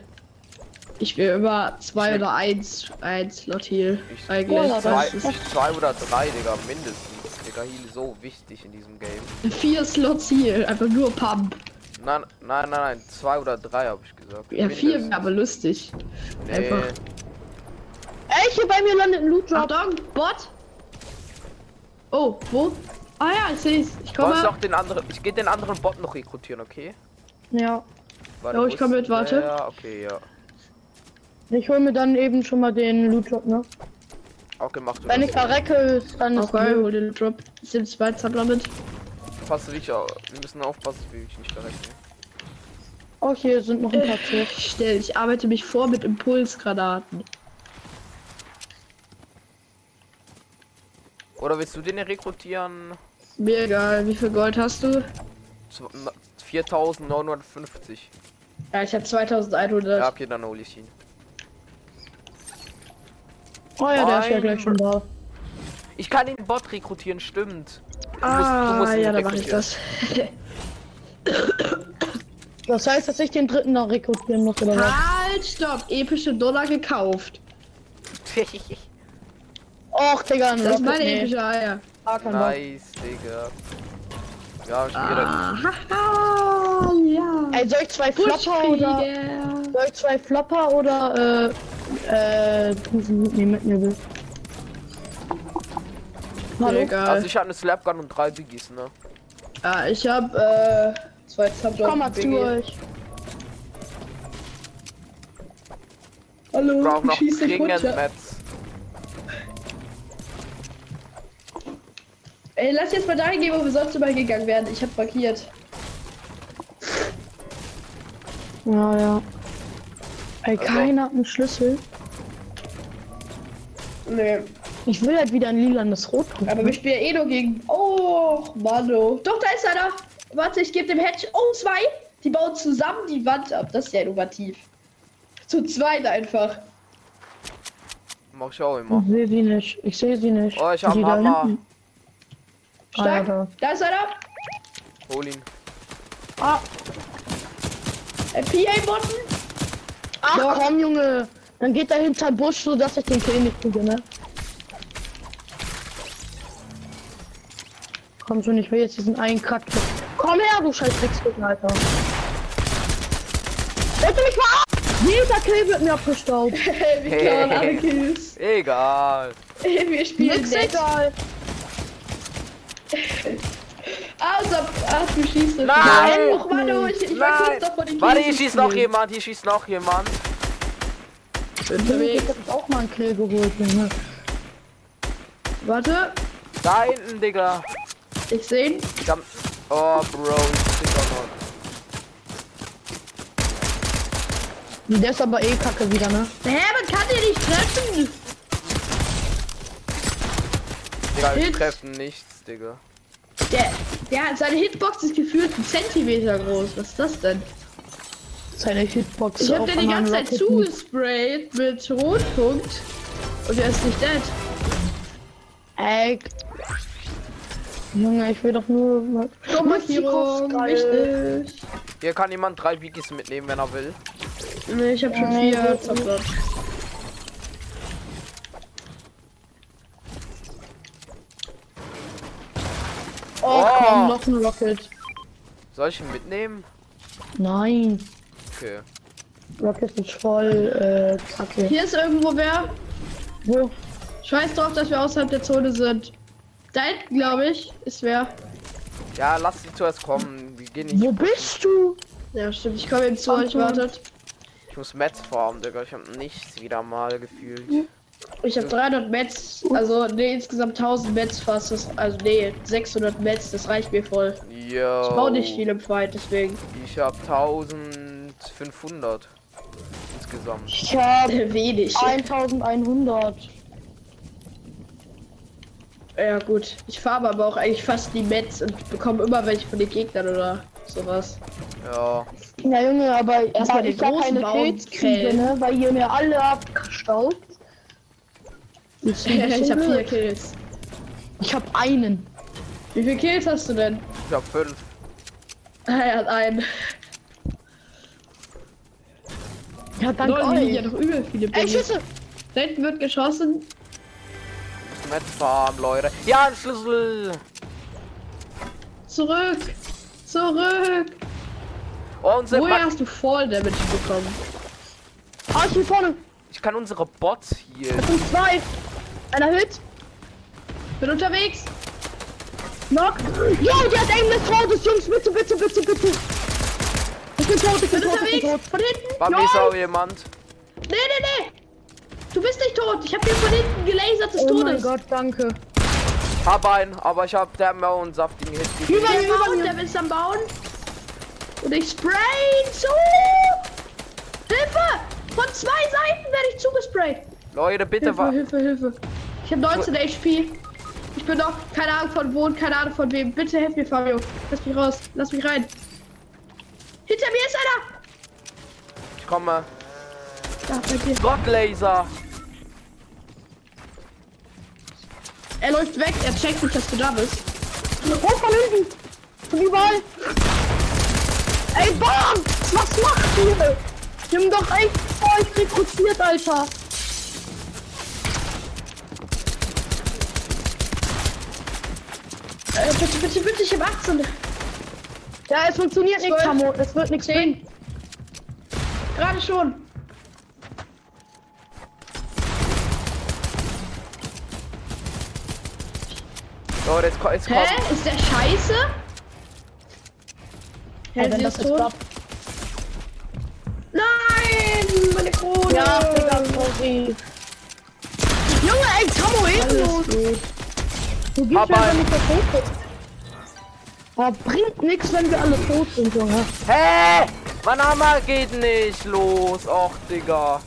Speaker 2: Ich will immer zwei
Speaker 1: Ich nehm-
Speaker 2: oder eins, ein Slot hier.
Speaker 1: Ich-
Speaker 2: Eigentlich.
Speaker 3: Oh,
Speaker 1: Zwei,
Speaker 2: das ist
Speaker 1: zwei oder drei, Digga, mindestens. Digga, Heal ist so wichtig in diesem Game.
Speaker 2: vier Slots hier. Einfach nur Pump.
Speaker 1: Nein, nein, nein, nein. Zwei oder drei habe ich gesagt.
Speaker 2: Ja, vier
Speaker 1: Mindestens.
Speaker 2: wäre aber lustig.
Speaker 1: Nee.
Speaker 2: einfach.
Speaker 3: Ey, hier bei mir landet ein Loot Drop.
Speaker 2: Achtung, Bot! Oh, wo? Ah ja, ich seh's. Ich
Speaker 1: Komm, ich
Speaker 2: komme.
Speaker 1: noch den anderen. Ich gehe den anderen Bot noch rekrutieren, okay?
Speaker 3: Ja.
Speaker 1: Warte,
Speaker 2: Jo,
Speaker 1: wo
Speaker 2: ich
Speaker 1: ist
Speaker 2: komm mit, warte.
Speaker 1: Ja, okay, ja.
Speaker 3: Ich hol mir dann eben schon mal den Loot Drop, ne?
Speaker 1: Okay, mach du
Speaker 3: Wenn
Speaker 1: das.
Speaker 3: ich verrecke, ist dann ist
Speaker 2: Okay,
Speaker 3: blöd.
Speaker 2: Oh, hol den Drop. Ich nehm zwei Zappler mit.
Speaker 1: Pass dich auf. Wir müssen aufpassen, wie ich nicht verrechne.
Speaker 3: Oh, hier sind noch ein paar Tiere.
Speaker 2: Schnell, ich arbeite mich vor mit Impulsgranaten.
Speaker 1: Oder willst du den rekrutieren?
Speaker 2: Mir egal, wie viel Gold hast du?
Speaker 1: Zw- na- 4950.
Speaker 2: Ja, ich habe 2100.
Speaker 1: Ja, okay, dann hole ich ihn.
Speaker 3: Oh ja, der ist ja
Speaker 1: Nein.
Speaker 3: gleich schon da.
Speaker 1: Ich kann den Bot rekrutieren, stimmt.
Speaker 2: ah,
Speaker 1: du musst ihn
Speaker 2: ja, dann mache ich
Speaker 1: rekrutieren.
Speaker 2: das.
Speaker 3: Das heißt, dass ich den dritten noch rekrutieren muss, oder was?
Speaker 2: Halt! stopp. Epische Dollar gekauft.
Speaker 3: Och, Digga, ein
Speaker 2: Das ist
Speaker 3: Rocket.
Speaker 2: meine
Speaker 3: nee.
Speaker 2: epische Eier.
Speaker 3: Ah, kein Bock.
Speaker 1: nice, Digga. Ja, ich spiele
Speaker 2: Ah, haha, ja.
Speaker 3: Ey, soll ich zwei Flopper oder.
Speaker 2: Buschflieger.
Speaker 3: Soll ich zwei Flopper oder äh. Äh. Kufen mitnehmen, mitnehmen? Hallo?
Speaker 2: Egal.
Speaker 1: Also ich habe eine Slapgun und drei Biggies, ne?
Speaker 2: ah, ich hab, äh, zwei Zapdown.
Speaker 3: Komm mal zu euch.
Speaker 1: Ich
Speaker 2: Hallo,
Speaker 1: brauche
Speaker 2: ich
Speaker 1: noch
Speaker 2: schieß dich
Speaker 1: dringend
Speaker 2: runter.
Speaker 1: Mats.
Speaker 2: Ey, lass jetzt mal dahin gehen, wo wir sonst immer gegangen wären. Ich hab markiert.
Speaker 3: Ja, ja. Ey,
Speaker 1: Also.
Speaker 3: keiner hat einen Schlüssel.
Speaker 2: Nee.
Speaker 3: Ich will halt wieder ein lilanes Rot kaufen.
Speaker 2: Aber wir spielen eh nur gegen. Oh, Mann. oh. Doch, da ist einer. Warte, ich gebe dem Hedge. Oh, zwei. Die bauen zusammen die Wand ab. Das ist ja innovativ. Zu zweit einfach.
Speaker 1: Mach ich auch immer.
Speaker 3: Ich sehe sie nicht. Ich sehe sie nicht.
Speaker 1: Oh, ich hab
Speaker 3: die
Speaker 1: einen
Speaker 3: da
Speaker 1: Hammer.
Speaker 3: hinten.
Speaker 2: Stark.
Speaker 3: Alter.
Speaker 2: Da ist einer.
Speaker 1: Hol ihn.
Speaker 3: Ah,
Speaker 2: Ein PA-Button.
Speaker 3: ach
Speaker 2: Doch.
Speaker 3: komm, Junge. Dann geht da hinter den Busch, so dass ich den König kriege, ne? Komm schon, ich will jetzt diesen einen Kack. Komm her, du scheiß Drecksbücken, Alter. Wollt ihr mich mal Jeder Kill wird mir abgestaubt.
Speaker 2: Hey, wir klauen alle Kills.
Speaker 1: Egal.
Speaker 2: Hey, wir spielen
Speaker 3: Nix
Speaker 2: nett.
Speaker 3: egal.
Speaker 2: Außer, ach, ah, du schießt das
Speaker 1: Nein.
Speaker 2: Nein, Och, Mann, oh, ich, ich war
Speaker 1: Nein.
Speaker 2: kurz davor, den
Speaker 1: Warte,
Speaker 2: Kill
Speaker 1: hier
Speaker 2: zu
Speaker 1: schießt noch
Speaker 2: spielen.
Speaker 1: jemand, hier schießt noch jemand.
Speaker 3: Ich hab auch mal einen Kill geholt, Junge.
Speaker 2: Warte,
Speaker 1: Da hinten, Digga.
Speaker 2: ich sehe ihn.
Speaker 1: Ich hab... Oh, Bro, ich bin doch noch.
Speaker 3: Der ist aber eh kacke wieder, ne?
Speaker 2: Hä, man kann den nicht treffen.
Speaker 1: Digga, wir
Speaker 2: Hit.
Speaker 1: treffen nichts, Digga.
Speaker 2: Der, der hat seine Hitbox ist gefühlt einen Zentimeter groß. Was ist das denn?
Speaker 3: Seine halt Hitbox.
Speaker 2: Ich hab
Speaker 3: auf
Speaker 2: den die ganze
Speaker 3: anderen
Speaker 2: Zeit
Speaker 3: Rocketen.
Speaker 2: zugesprayt mit Rotpunkt. Und er ist nicht dead.
Speaker 3: Ey. Junge, ich will doch nur.
Speaker 2: Markierung, wichtig.
Speaker 1: Hier kann jemand drei Biggies mitnehmen, wenn er will.
Speaker 2: Ne, ich hab schon
Speaker 3: Ja,
Speaker 2: vier
Speaker 3: gut.
Speaker 2: zerstört.
Speaker 3: Oh,
Speaker 1: Oh.
Speaker 3: komm, noch ein Rocket.
Speaker 1: Soll ich ihn mitnehmen?
Speaker 3: Nein.
Speaker 1: Okay.
Speaker 3: Rocket ist voll äh, kacke.
Speaker 2: Hier ist irgendwo wer.
Speaker 3: Wo?
Speaker 2: Scheiß drauf, dass wir außerhalb der Zone sind. Da hinten, glaube ich, ist wer.
Speaker 1: Ja, lass sie zuerst kommen. Wir gehen nicht.
Speaker 3: Wo bist du?
Speaker 2: Ja, stimmt. Ich komme eben zu euch,
Speaker 3: Anton.
Speaker 2: wartet.
Speaker 1: Ich muss Mats farmen, Digga. Ich hab nichts wieder mal
Speaker 2: Hm?
Speaker 1: gefühlt.
Speaker 2: Ich habe 300 Mets, also nee, insgesamt 1000 Mets fast, das, also nee, 600 Mets, das reicht mir voll.
Speaker 1: Yo.
Speaker 2: Ich baue nicht viel im Fight, deswegen.
Speaker 1: Ich hab 1500 insgesamt.
Speaker 3: Ich hab
Speaker 2: Wenig.
Speaker 3: 1100.
Speaker 2: Ja gut, ich farbe aber auch eigentlich fast die Mets und bekomme immer welche von den Gegnern oder sowas.
Speaker 1: Ja.
Speaker 3: Ja, Junge, aber
Speaker 2: Erstmal
Speaker 3: ich
Speaker 2: den
Speaker 3: hab
Speaker 2: großen
Speaker 3: keine
Speaker 2: Baum
Speaker 3: Kills kriege,
Speaker 2: fällen.
Speaker 3: ne? Weil ihr mir alle abgestaubt. Ich,
Speaker 2: ich habe vier Kills.
Speaker 3: ich hab einen.
Speaker 2: Wie viele Kills hast du denn?
Speaker 1: Ich hab 5.
Speaker 2: Ah, Er hat einen.
Speaker 3: Ja, danke
Speaker 2: Lol, hier liegen
Speaker 3: euch.
Speaker 2: ja noch übel viele
Speaker 3: Ey,
Speaker 2: Bälle.
Speaker 3: Schüsse!
Speaker 2: Da hinten wird geschossen.
Speaker 1: Mats farmen, Leute. Ja, ein Schlüssel.
Speaker 2: Zurück! Zurück!
Speaker 1: Oh, unsere
Speaker 2: Woher
Speaker 1: Ba-
Speaker 2: hast du Fall Damage bekommen?
Speaker 3: Ah, ich bin vorne!
Speaker 1: ich kann unsere Bots hier.
Speaker 3: Das sind zwei! Einer Hit!
Speaker 2: Bin unterwegs!
Speaker 3: Knock! Jo, der hat Aim des Todes, Jungs! Bitte, bitte, bitte, bitte! Ich bin tot, ich bin
Speaker 2: Bin
Speaker 3: tot, ich bin tot!
Speaker 2: unterwegs! Von hinten!
Speaker 1: Bei mir
Speaker 2: Lol.
Speaker 1: ist auch jemand.
Speaker 2: Nee, nee, nee! Du bist nicht tot! Ich hab dir von hinten gelasert des
Speaker 3: Oh mein
Speaker 2: Todes!
Speaker 3: Gott, danke!
Speaker 1: Hab einen, aber ich hab der Mau und saftigen Hit gegeben.
Speaker 2: Über
Speaker 3: Ja,
Speaker 2: den Baum,
Speaker 3: ja.
Speaker 2: der ist am Bauen! Und ich spray ihn zu! Hilfe! Von zwei Seiten werde ich zugesprayt!
Speaker 1: Leute, bitte
Speaker 2: Hilfe,
Speaker 1: wa
Speaker 2: Hilfe, Hilfe! Ich hab 19 HP! Ich bin noch, keine Ahnung von wo und keine Ahnung von wem. Bitte helf mir, Fabio. Lass mich raus. Lass mich rein. Hinter mir ist einer!
Speaker 1: Ich komme.
Speaker 2: Da, bei dir.
Speaker 1: Gottlaser.
Speaker 2: Er läuft weg. Er checkt nicht, dass du da bist.
Speaker 3: Oh, von hinten! Von überall! Ey, Bam! Was macht ihr? Nimm doch echt voll Oh, ich rekrutiert, Alter.
Speaker 2: Äh, bitte, bitte, bitte, ich hab 18.
Speaker 3: Ja, es funktioniert nichts,
Speaker 2: Zwölf.
Speaker 3: Tamo. Es wird nichts
Speaker 2: Zehn.
Speaker 3: bringen.
Speaker 2: Gerade schon.
Speaker 1: So, jetzt, ko- jetzt kommt.
Speaker 2: Hä? Ist der scheiße? Hä,
Speaker 3: Ey,
Speaker 2: sie
Speaker 3: wenn das
Speaker 2: ist
Speaker 3: jetzt
Speaker 2: tot?
Speaker 3: klappt.
Speaker 2: Nein, meine Krone.
Speaker 3: Ja, Digga, sorry.
Speaker 2: Junge, ey, Tomo,
Speaker 3: Alles gut. Du gehst
Speaker 1: Aber-
Speaker 3: einfach nicht verfolgt. Aber bringt nichts, wenn wir alle tot sind, Junge.
Speaker 1: Hä? Mein Hammer geht nicht los. Och, Digga.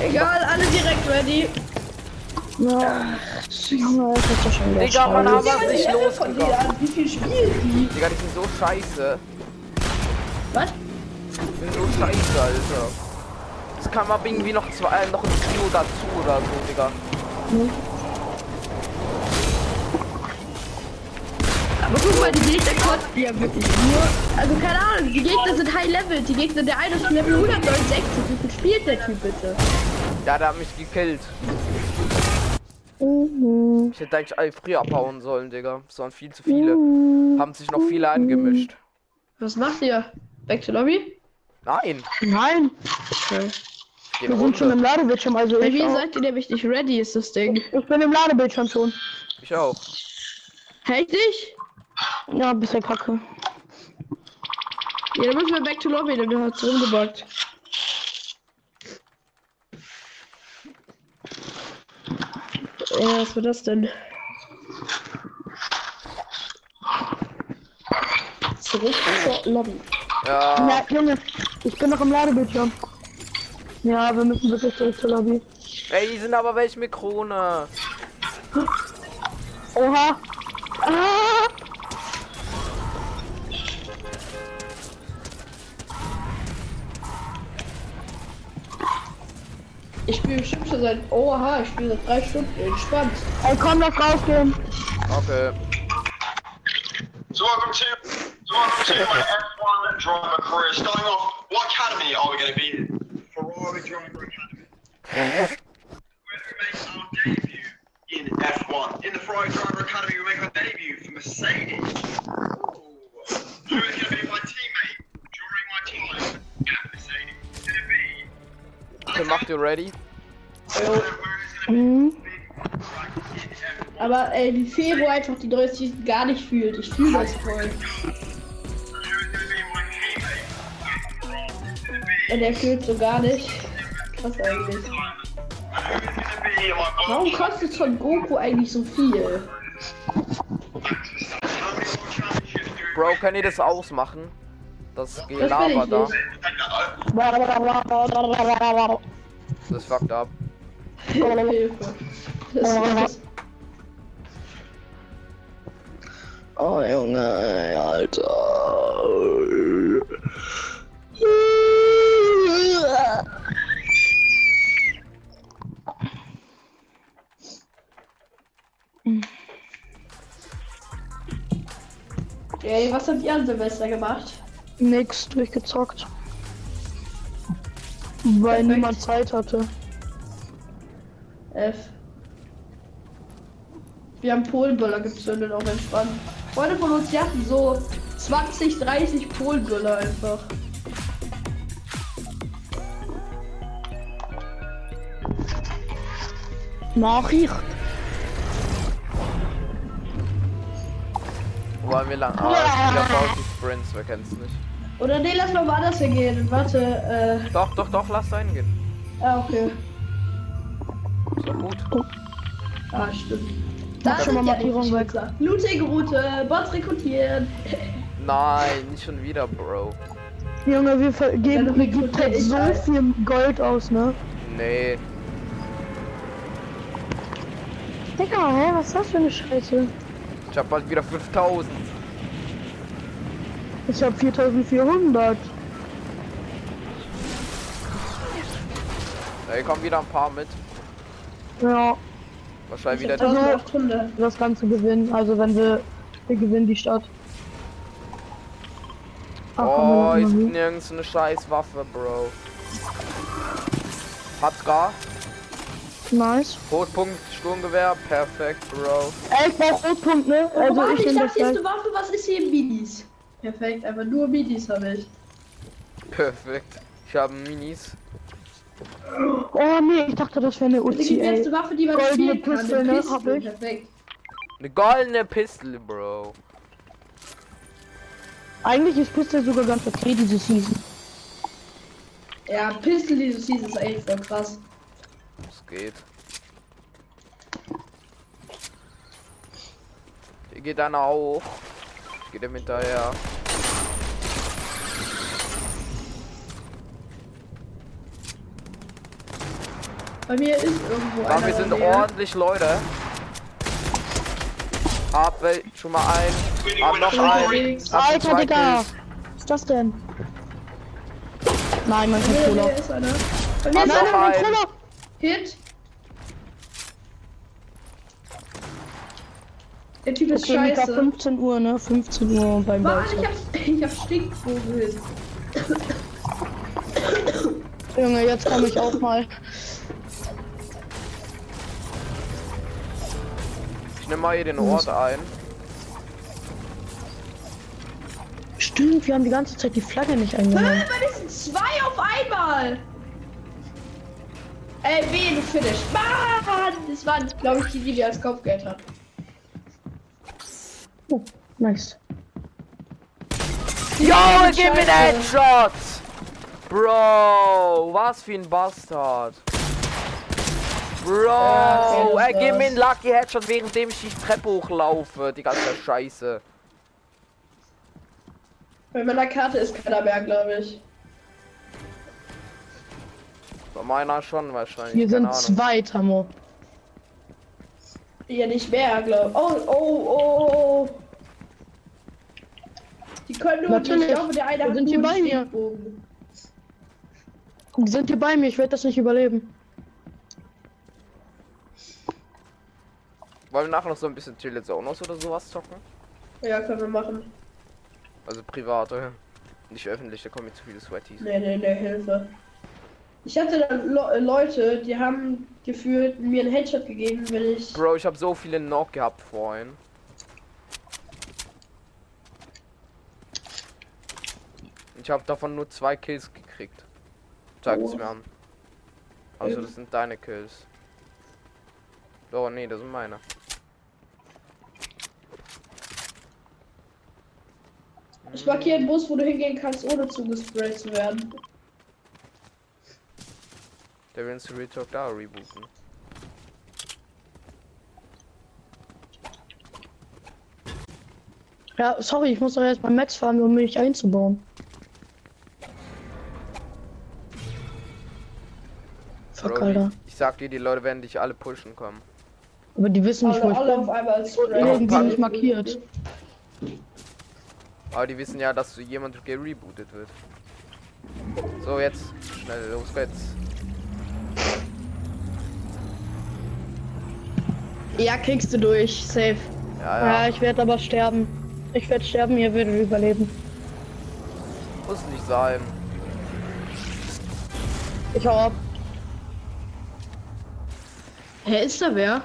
Speaker 2: Egal, alle direkt ready.
Speaker 3: Ja. Junge, das ist doch schon wieder
Speaker 1: Digga, mein
Speaker 3: scheiße.
Speaker 1: Hammer ist nicht
Speaker 2: Level von dir
Speaker 1: losgegangen.
Speaker 2: an. Wie viel spielen die?
Speaker 1: Digga, die sind so scheiße.
Speaker 2: Was?
Speaker 1: Die sind so scheiße, Alter. Es kam ab irgendwie noch zwei, äh, noch ein Trio dazu oder so, Digga.
Speaker 2: Aber guck mal, die Gegner kotzen die ja wirklich nur. Also keine Ahnung, die Gegner sind high level. Die Gegner, der eine ist schon Level 169. Wie viel spielt der Typ bitte?
Speaker 1: Ja, der hat mich gekillt.
Speaker 3: Mhm.
Speaker 1: Ich hätte eigentlich alle früher abhauen sollen, Digga. Es waren viel zu viele. Haben sich noch viele eingemischt.
Speaker 2: Was macht ihr? Back to Lobby?
Speaker 1: Nein,
Speaker 3: Nein,
Speaker 2: Okay.
Speaker 1: geh
Speaker 3: wir
Speaker 1: eine
Speaker 3: sind schon
Speaker 1: Runde.
Speaker 3: im Ladebildschirm, also
Speaker 2: Bei
Speaker 3: ich,
Speaker 2: mir
Speaker 3: auch.
Speaker 2: seid ihr nämlich nicht ready, ist das Ding.
Speaker 3: ich bin im Ladebildschirm schon.
Speaker 1: Ich auch.
Speaker 2: Hält dich?
Speaker 3: Ja, bisschen kacke.
Speaker 2: Ja, dann müssen wir back to Lobby, denn du hast rumgebackt. Ja, was war das denn? Zurück zur Lobby.
Speaker 1: Ja,
Speaker 3: Ja, Junge, ich bin noch im Ladebildschirm. Ja, wir müssen wirklich zurück zur Lobby.
Speaker 1: ey, die sind aber welche mit Krone.
Speaker 3: Oha. Ah.
Speaker 2: Ich spiele bestimmt schon seit. Oha, ich spiele seit drei Stunden. Entspannt.
Speaker 3: Ey, komm, lass rausgehen.
Speaker 1: Okay.
Speaker 4: So welcome to, so welcome to my F1 driver career. Starting off, what academy are we going to be in? Ferrari Driver Academy. Where do we make our debut in F1? In the Ferrari Driver Academy, we make our debut for Mercedes. Ooh. Who is going to be my teammate during my time at Mercedes? It's going to be.
Speaker 1: Okay, macht ihr ready?
Speaker 4: Alexander Werner's gonna
Speaker 3: Mhm.
Speaker 4: be the big crack in F1.
Speaker 2: Aber ey, wie Februar einfach die neue Season gar nicht fühlt. Ich fühle das voll.
Speaker 4: Who is going to be my teammate at Ferrari? It's going to be.
Speaker 2: Und er fühlt so gar nicht. Krass eigentlich. Warum kostet schon Goku eigentlich so viel?
Speaker 1: Bro, kann ihr das ausmachen? Das
Speaker 2: will
Speaker 1: Gelaber
Speaker 2: ich
Speaker 1: da.
Speaker 2: nicht.
Speaker 1: Das fuckt ab.
Speaker 2: Hilfe. Das ist
Speaker 5: Oh Junge, Alter.
Speaker 2: ey, was habt ihr an Silvester gemacht?
Speaker 3: Nix durchgezockt. Weil
Speaker 2: Perfekt.
Speaker 3: niemand Zeit hatte.
Speaker 2: F. Wir haben Polenböller gezündet, auch entspannt. Freunde von uns, die hatten so 20, 30 Polenböller einfach.
Speaker 3: Nachricht.
Speaker 1: Wo waren wir lang? Ah, ich wieder Faulty Sprints, wer kennt's nicht.
Speaker 2: Oder nee, lass mal woanders hingehen. Warte, äh,
Speaker 1: Doch, doch, doch, lass sein gehen.
Speaker 2: ah, okay.
Speaker 1: Ist doch gut.
Speaker 2: Ah, stimmt. Da
Speaker 3: Mach
Speaker 2: sind
Speaker 3: schon mal
Speaker 2: ja
Speaker 3: Markierung
Speaker 2: richtig
Speaker 3: weg.
Speaker 2: gesagt. Looting Route, Bots rekrutieren.
Speaker 1: Nein, nicht schon wieder, Bro.
Speaker 3: Junge, wir ver-
Speaker 2: Ja,
Speaker 3: geben wir geben
Speaker 2: total
Speaker 3: jetzt so
Speaker 2: egal.
Speaker 3: viel Gold aus, ne?
Speaker 1: Nee.
Speaker 3: Digga, hä, was ist das für eine Scheiße?
Speaker 1: Ich hab bald wieder 5000.
Speaker 3: Ich hab 4400.
Speaker 1: Ey, kommen wieder ein paar mit.
Speaker 3: Ja,
Speaker 1: Wahrscheinlich
Speaker 3: Also,
Speaker 2: Ich hab
Speaker 1: wieder.
Speaker 2: 1800.
Speaker 3: das ganze Gewinn. Also wenn wir, wir gewinnen die Stadt. Ach, komm, wir
Speaker 1: Oh,
Speaker 3: lassen
Speaker 1: ist
Speaker 3: mal hin.
Speaker 1: nirgends eine scheiß Waffe, Bro. Hab's gar.
Speaker 3: Nice.
Speaker 1: Rotpunkt, Sturmgewehr. Perfekt, Bro.
Speaker 3: Ey, ich brauch Rotpunkt, ne? Also
Speaker 2: Warte,
Speaker 3: ich
Speaker 2: ich
Speaker 3: nehm
Speaker 2: dachte,
Speaker 3: das
Speaker 2: hier ist
Speaker 3: gleich.
Speaker 2: eine Waffe, was ist hier? Minis. Perfekt, einfach nur Minis habe ich.
Speaker 1: Perfekt. Ich habe Minis.
Speaker 3: Oh nee, ich dachte, das wäre eine
Speaker 2: Das ist
Speaker 3: Uzi,
Speaker 2: die
Speaker 3: ey.
Speaker 2: letzte Waffe, die man
Speaker 3: Goldene
Speaker 2: spielen kann.
Speaker 3: Pistole,
Speaker 2: Eine
Speaker 3: ne,
Speaker 2: Pistole,
Speaker 3: hab ich.
Speaker 2: Perfekt.
Speaker 1: Eine goldene Pistole, Bro.
Speaker 3: Eigentlich ist Pistol sogar ganz okay, diese Season.
Speaker 2: Ja, Pistol dieses Season ist echt voll krass.
Speaker 1: Es geht. Hier geht einer auch. Geht ihm hinterher.
Speaker 2: Bei mir ist irgendwo
Speaker 1: Aber
Speaker 2: einer.
Speaker 1: wir
Speaker 2: bei
Speaker 1: sind
Speaker 2: mir.
Speaker 1: ordentlich Leute. Hab wel- schon mal ein. Hab noch ein. Hab
Speaker 3: Alter,
Speaker 1: zwei
Speaker 3: Digga.
Speaker 1: Kills.
Speaker 3: Was ist das denn? Nein, mein
Speaker 2: Bei mir, bei
Speaker 3: Controller.
Speaker 2: mir ist einer. Bei
Speaker 1: Hab
Speaker 2: mir ist
Speaker 1: noch
Speaker 2: einer.
Speaker 1: ein.
Speaker 3: Controller!
Speaker 2: Hit. Der Typ ist
Speaker 3: Okay, Mika,
Speaker 2: scheiße.
Speaker 3: 15 Uhr, ne? 15 Uhr beim
Speaker 2: Mann, ich
Speaker 3: Bowser.
Speaker 2: hab, ich hab Stinkvogel.
Speaker 3: Junge, jetzt komme ich auch mal.
Speaker 1: Ich nehme mal hier den Ort ein.
Speaker 3: Stimmt, wir haben die ganze Zeit die Flagge nicht eingenommen.
Speaker 2: Hä, wann ist sind zwei auf einmal? Ey, weh, du Finish. Mann, das waren, glaube ich, die, die wir als Kopfgeld hatten.
Speaker 3: Oh, nice.
Speaker 1: Yo,
Speaker 2: Mann,
Speaker 1: gib mir den
Speaker 2: Scheiße.
Speaker 1: Headshot! Bro, was für ein Bastard. Bro,
Speaker 2: Ja,
Speaker 1: er
Speaker 2: kenn ich
Speaker 1: gib mir
Speaker 2: das.
Speaker 1: einen Lucky Headshot, währenddem ich die Treppe hochlaufe. Die ganze Scheiße.
Speaker 2: Bei meiner Karte ist keiner mehr, glaube ich.
Speaker 1: Bei meiner schon wahrscheinlich.
Speaker 3: Hier
Speaker 1: keine Ahnung.
Speaker 3: sind zwei, Tamo.
Speaker 2: Ja, nicht mehr, glaube ich. Oh, oh, oh, oh, oh. Die können nur,
Speaker 3: Natürlich.
Speaker 2: ich glaube, der eine
Speaker 3: Wir
Speaker 2: hat
Speaker 3: sind
Speaker 2: nur
Speaker 3: hier
Speaker 2: einen
Speaker 3: bei mir.
Speaker 2: Stinkbogen.
Speaker 3: Die sind hier bei mir, ich werde das nicht überleben.
Speaker 1: Wollen wir nachher noch so ein bisschen Tillet Zonos oder sowas zocken?
Speaker 2: Ja, können wir machen.
Speaker 1: Also private. Nicht öffentlich, da kommen mir zu viele Sweaties.
Speaker 2: Nee, nee, nee, Hilfe. Ich hatte da Le Leute, die haben gefühlt mir einen Headshot gegeben, wenn ich.
Speaker 1: Bro, ich habe so viele Knock gehabt vorhin. Ich habe davon nur zwei Kills gekriegt. Zeig es
Speaker 2: Oh.
Speaker 1: mir an. Also das sind deine Kills. Oh nee, das sind meine.
Speaker 2: Ich markiere einen Bus, wo du hingehen kannst, ohne zugesprayt zu werden.
Speaker 1: Der will uns die Real Talk da rebooten.
Speaker 3: Ja, sorry, ich muss doch erst mal Max fahren, um mich einzubauen. Fuck,
Speaker 1: Bro,
Speaker 3: Alter.
Speaker 1: die- ich sag dir, die Leute werden dich alle pushen kommen.
Speaker 3: Aber die wissen nicht,
Speaker 2: Alle,
Speaker 3: wo ich
Speaker 2: alle auf
Speaker 3: bin.
Speaker 2: einmal sprayen.
Speaker 3: Irgendwie
Speaker 1: Komm,
Speaker 3: nicht markiert.
Speaker 1: Aber die wissen ja, dass so jemand gerebootet wird. So, jetzt. Schnell, los geht's.
Speaker 3: Ja, kriegst du durch, safe.
Speaker 1: Ja, ja.
Speaker 3: Ja, ich werde aber sterben. Ich werde sterben, ihr werdet überleben.
Speaker 1: Muss nicht sein.
Speaker 3: Ich hau ab. Hä, ist da wer?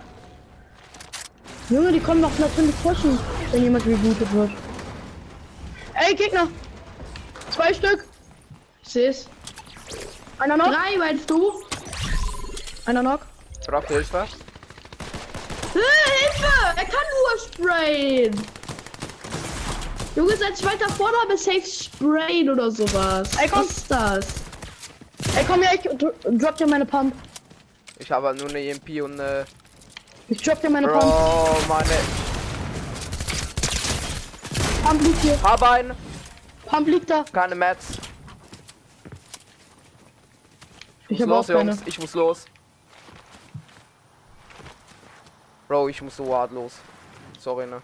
Speaker 3: Junge, die kommen doch natürlich pushen, wenn jemand rebootet wird. Ey, Gegner! Zwei Stück!
Speaker 2: Ich seh's.
Speaker 3: Einer noch?
Speaker 2: Drei, meinst du?
Speaker 3: Einer noch?
Speaker 1: Braucht ihr Hilfe?
Speaker 2: Äh, Hilfe! Er kann nur sprayen! Junge, sein zweiter Vorname ist safe sprayen oder sowas.
Speaker 3: Ey, komm.
Speaker 2: Was ist das?
Speaker 3: Ey, komm her, ich dro drop dir meine Pump.
Speaker 1: Ich habe halt nur eine EMP und eine.
Speaker 3: Ich drop dir meine Pump.
Speaker 1: Bro, meine.
Speaker 3: Pump liegt hier.
Speaker 1: Hab einen,
Speaker 3: Pump liegt da.
Speaker 1: keine Mats.
Speaker 3: Ich
Speaker 1: muss
Speaker 3: hab auch
Speaker 1: los,
Speaker 3: keine.
Speaker 1: Jungs. Ich muss los. Bro, ich muss so hart los. Sorry, ne?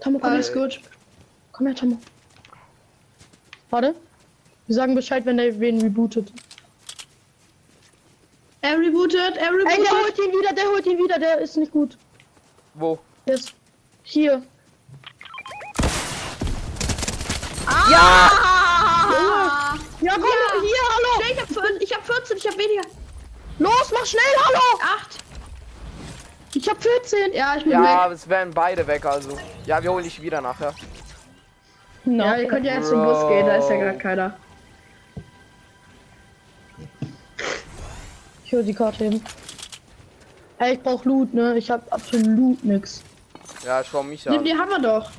Speaker 3: Tomo, komm her.
Speaker 2: Alles
Speaker 3: gut. Komm her, Tomo. Warte. Wir sagen Bescheid, wenn der wen rebootet.
Speaker 2: Er rebootet, er rebootet.
Speaker 3: Ey, der holt ihn wieder, der holt ihn wieder, der ist nicht gut.
Speaker 1: Wo?
Speaker 3: Der ist hier.
Speaker 2: ah!
Speaker 3: Ja, komm,
Speaker 2: Ja.
Speaker 3: hier, hallo.
Speaker 2: Ah! Schnell, ich hab, vier- ich hab 14, ich hab weniger.
Speaker 3: Los, mach schnell, hallo!
Speaker 2: Acht.
Speaker 3: Ich hab 14. Ja, ich bin
Speaker 1: Ja,
Speaker 3: weg.
Speaker 1: es werden beide weg, also. Ja, wir holen dich wieder nachher.
Speaker 2: No.
Speaker 3: Ja, ihr könnt ja jetzt zum Bus gehen, da ist ja
Speaker 1: Bro.
Speaker 3: gar keiner. Ich hol die Karte hin. Ey, ich brauch Loot, ne? Ich hab absolut nix.
Speaker 1: Ja, schau mich
Speaker 2: Nimm
Speaker 1: an.
Speaker 2: die Hammer doch.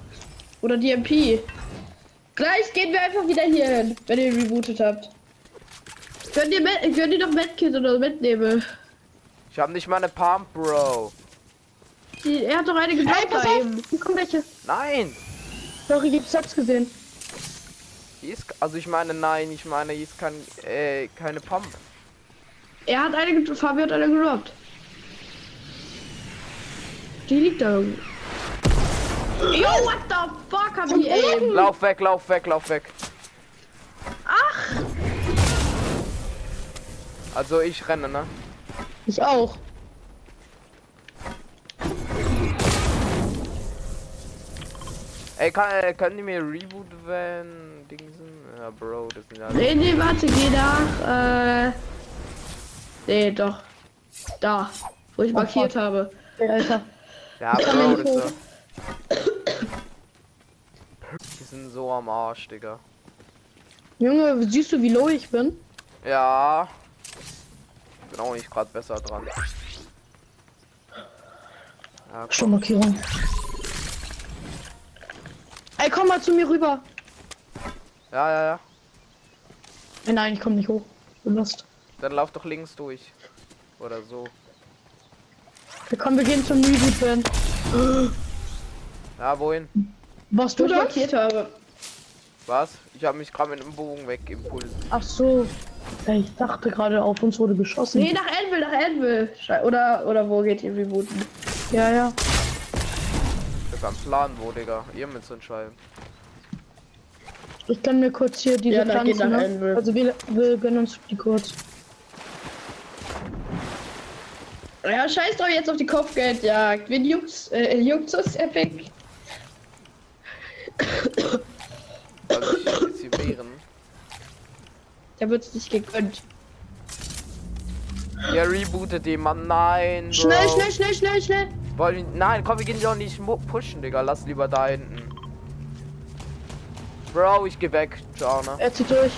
Speaker 2: Oder die MP. Gleich gehen wir einfach wieder hier hin, wenn ihr rebootet habt.
Speaker 3: Könnt ihr, mit, könnt ihr noch Medkit oder mitnehmen?
Speaker 1: Ich hab nicht mal eine Pump, Bro.
Speaker 3: Die, er hat doch eine
Speaker 2: Ey,
Speaker 3: gebracht
Speaker 2: pass
Speaker 3: bei
Speaker 2: auf!
Speaker 3: ihm. Hier kommen welche.
Speaker 1: Nein!
Speaker 3: Sorry, ich hab's gesehen.
Speaker 1: Hier ist, also ich meine, nein, ich meine, hier ist kein, äh, keine Pump.
Speaker 3: Er hat eine, ge- Fabio hat eine gedroppt. Die liegt da irgendwo.
Speaker 2: Yo, what the fuck hab ich aim?
Speaker 1: Lauf weg, lauf weg, lauf weg.
Speaker 3: Ach!
Speaker 1: Also ich renne, ne?
Speaker 3: Ich auch.
Speaker 1: Ey, kann, äh, können die mir Reboot wenn Dingsen? Ja, Bro, das sind ja alle.
Speaker 3: Nee, nee, warte, geh nach. Äh. Nee, doch. Da. Wo ich markiert habe.
Speaker 5: Alter.
Speaker 1: Ja, genau, Bro, das sind Die sind so am Arsch, Digga.
Speaker 3: Junge, siehst du, wie low ich bin?
Speaker 1: Ja. Ich bin auch nicht gerade besser dran. Ja, komm.
Speaker 3: Schon Markierung. Ey, komm mal zu mir rüber.
Speaker 1: ja, ja, ja.
Speaker 3: Ey, nein, ich komm nicht hoch. Bin lost.
Speaker 1: Dann lauf doch links durch. Oder so.
Speaker 3: Okay, komm, wir gehen zum Reboot-Van.
Speaker 1: Ja, wohin?
Speaker 3: Warst
Speaker 2: Wo
Speaker 3: du
Speaker 2: ich
Speaker 3: da?
Speaker 2: markiert habe.
Speaker 1: Was? Ich habe mich gerade mit dem Bogen wegimpulsiert.
Speaker 3: Ach so. Ey, ich dachte gerade, auf uns wurde geschossen.
Speaker 2: Nee, nach Envil, nach Envil. Schei- Oder, oder wo geht ihr rebooten?
Speaker 3: Ja, ja.
Speaker 1: Das ist am Plan, wo, Digga. Ihr mit so entscheiden.
Speaker 3: Ich kann mir kurz hier diese
Speaker 2: Ja, dann geht
Speaker 3: Pflanzen.
Speaker 2: nach
Speaker 3: Ne?
Speaker 2: Elbe.
Speaker 3: Also wir, wir gönnen uns die kurz.
Speaker 2: Ja, scheiß doch jetzt auf die Kopfgeldjagd. Wen juckt's? Äh, juckt's uns epic?
Speaker 1: Soll ich jetzt hier wehren?
Speaker 2: Da wird's nicht gegönnt.
Speaker 1: Ihr rebootet den Mann. Nein, Bro.
Speaker 3: Schnell, schnell, schnell, schnell, schnell.
Speaker 1: Wollen wir, nein, komm, wir gehen doch nicht mu- pushen, Digga. Lass lieber da hinten. Bro, ich geh weg. Ciao, ne?
Speaker 3: Er zieht durch.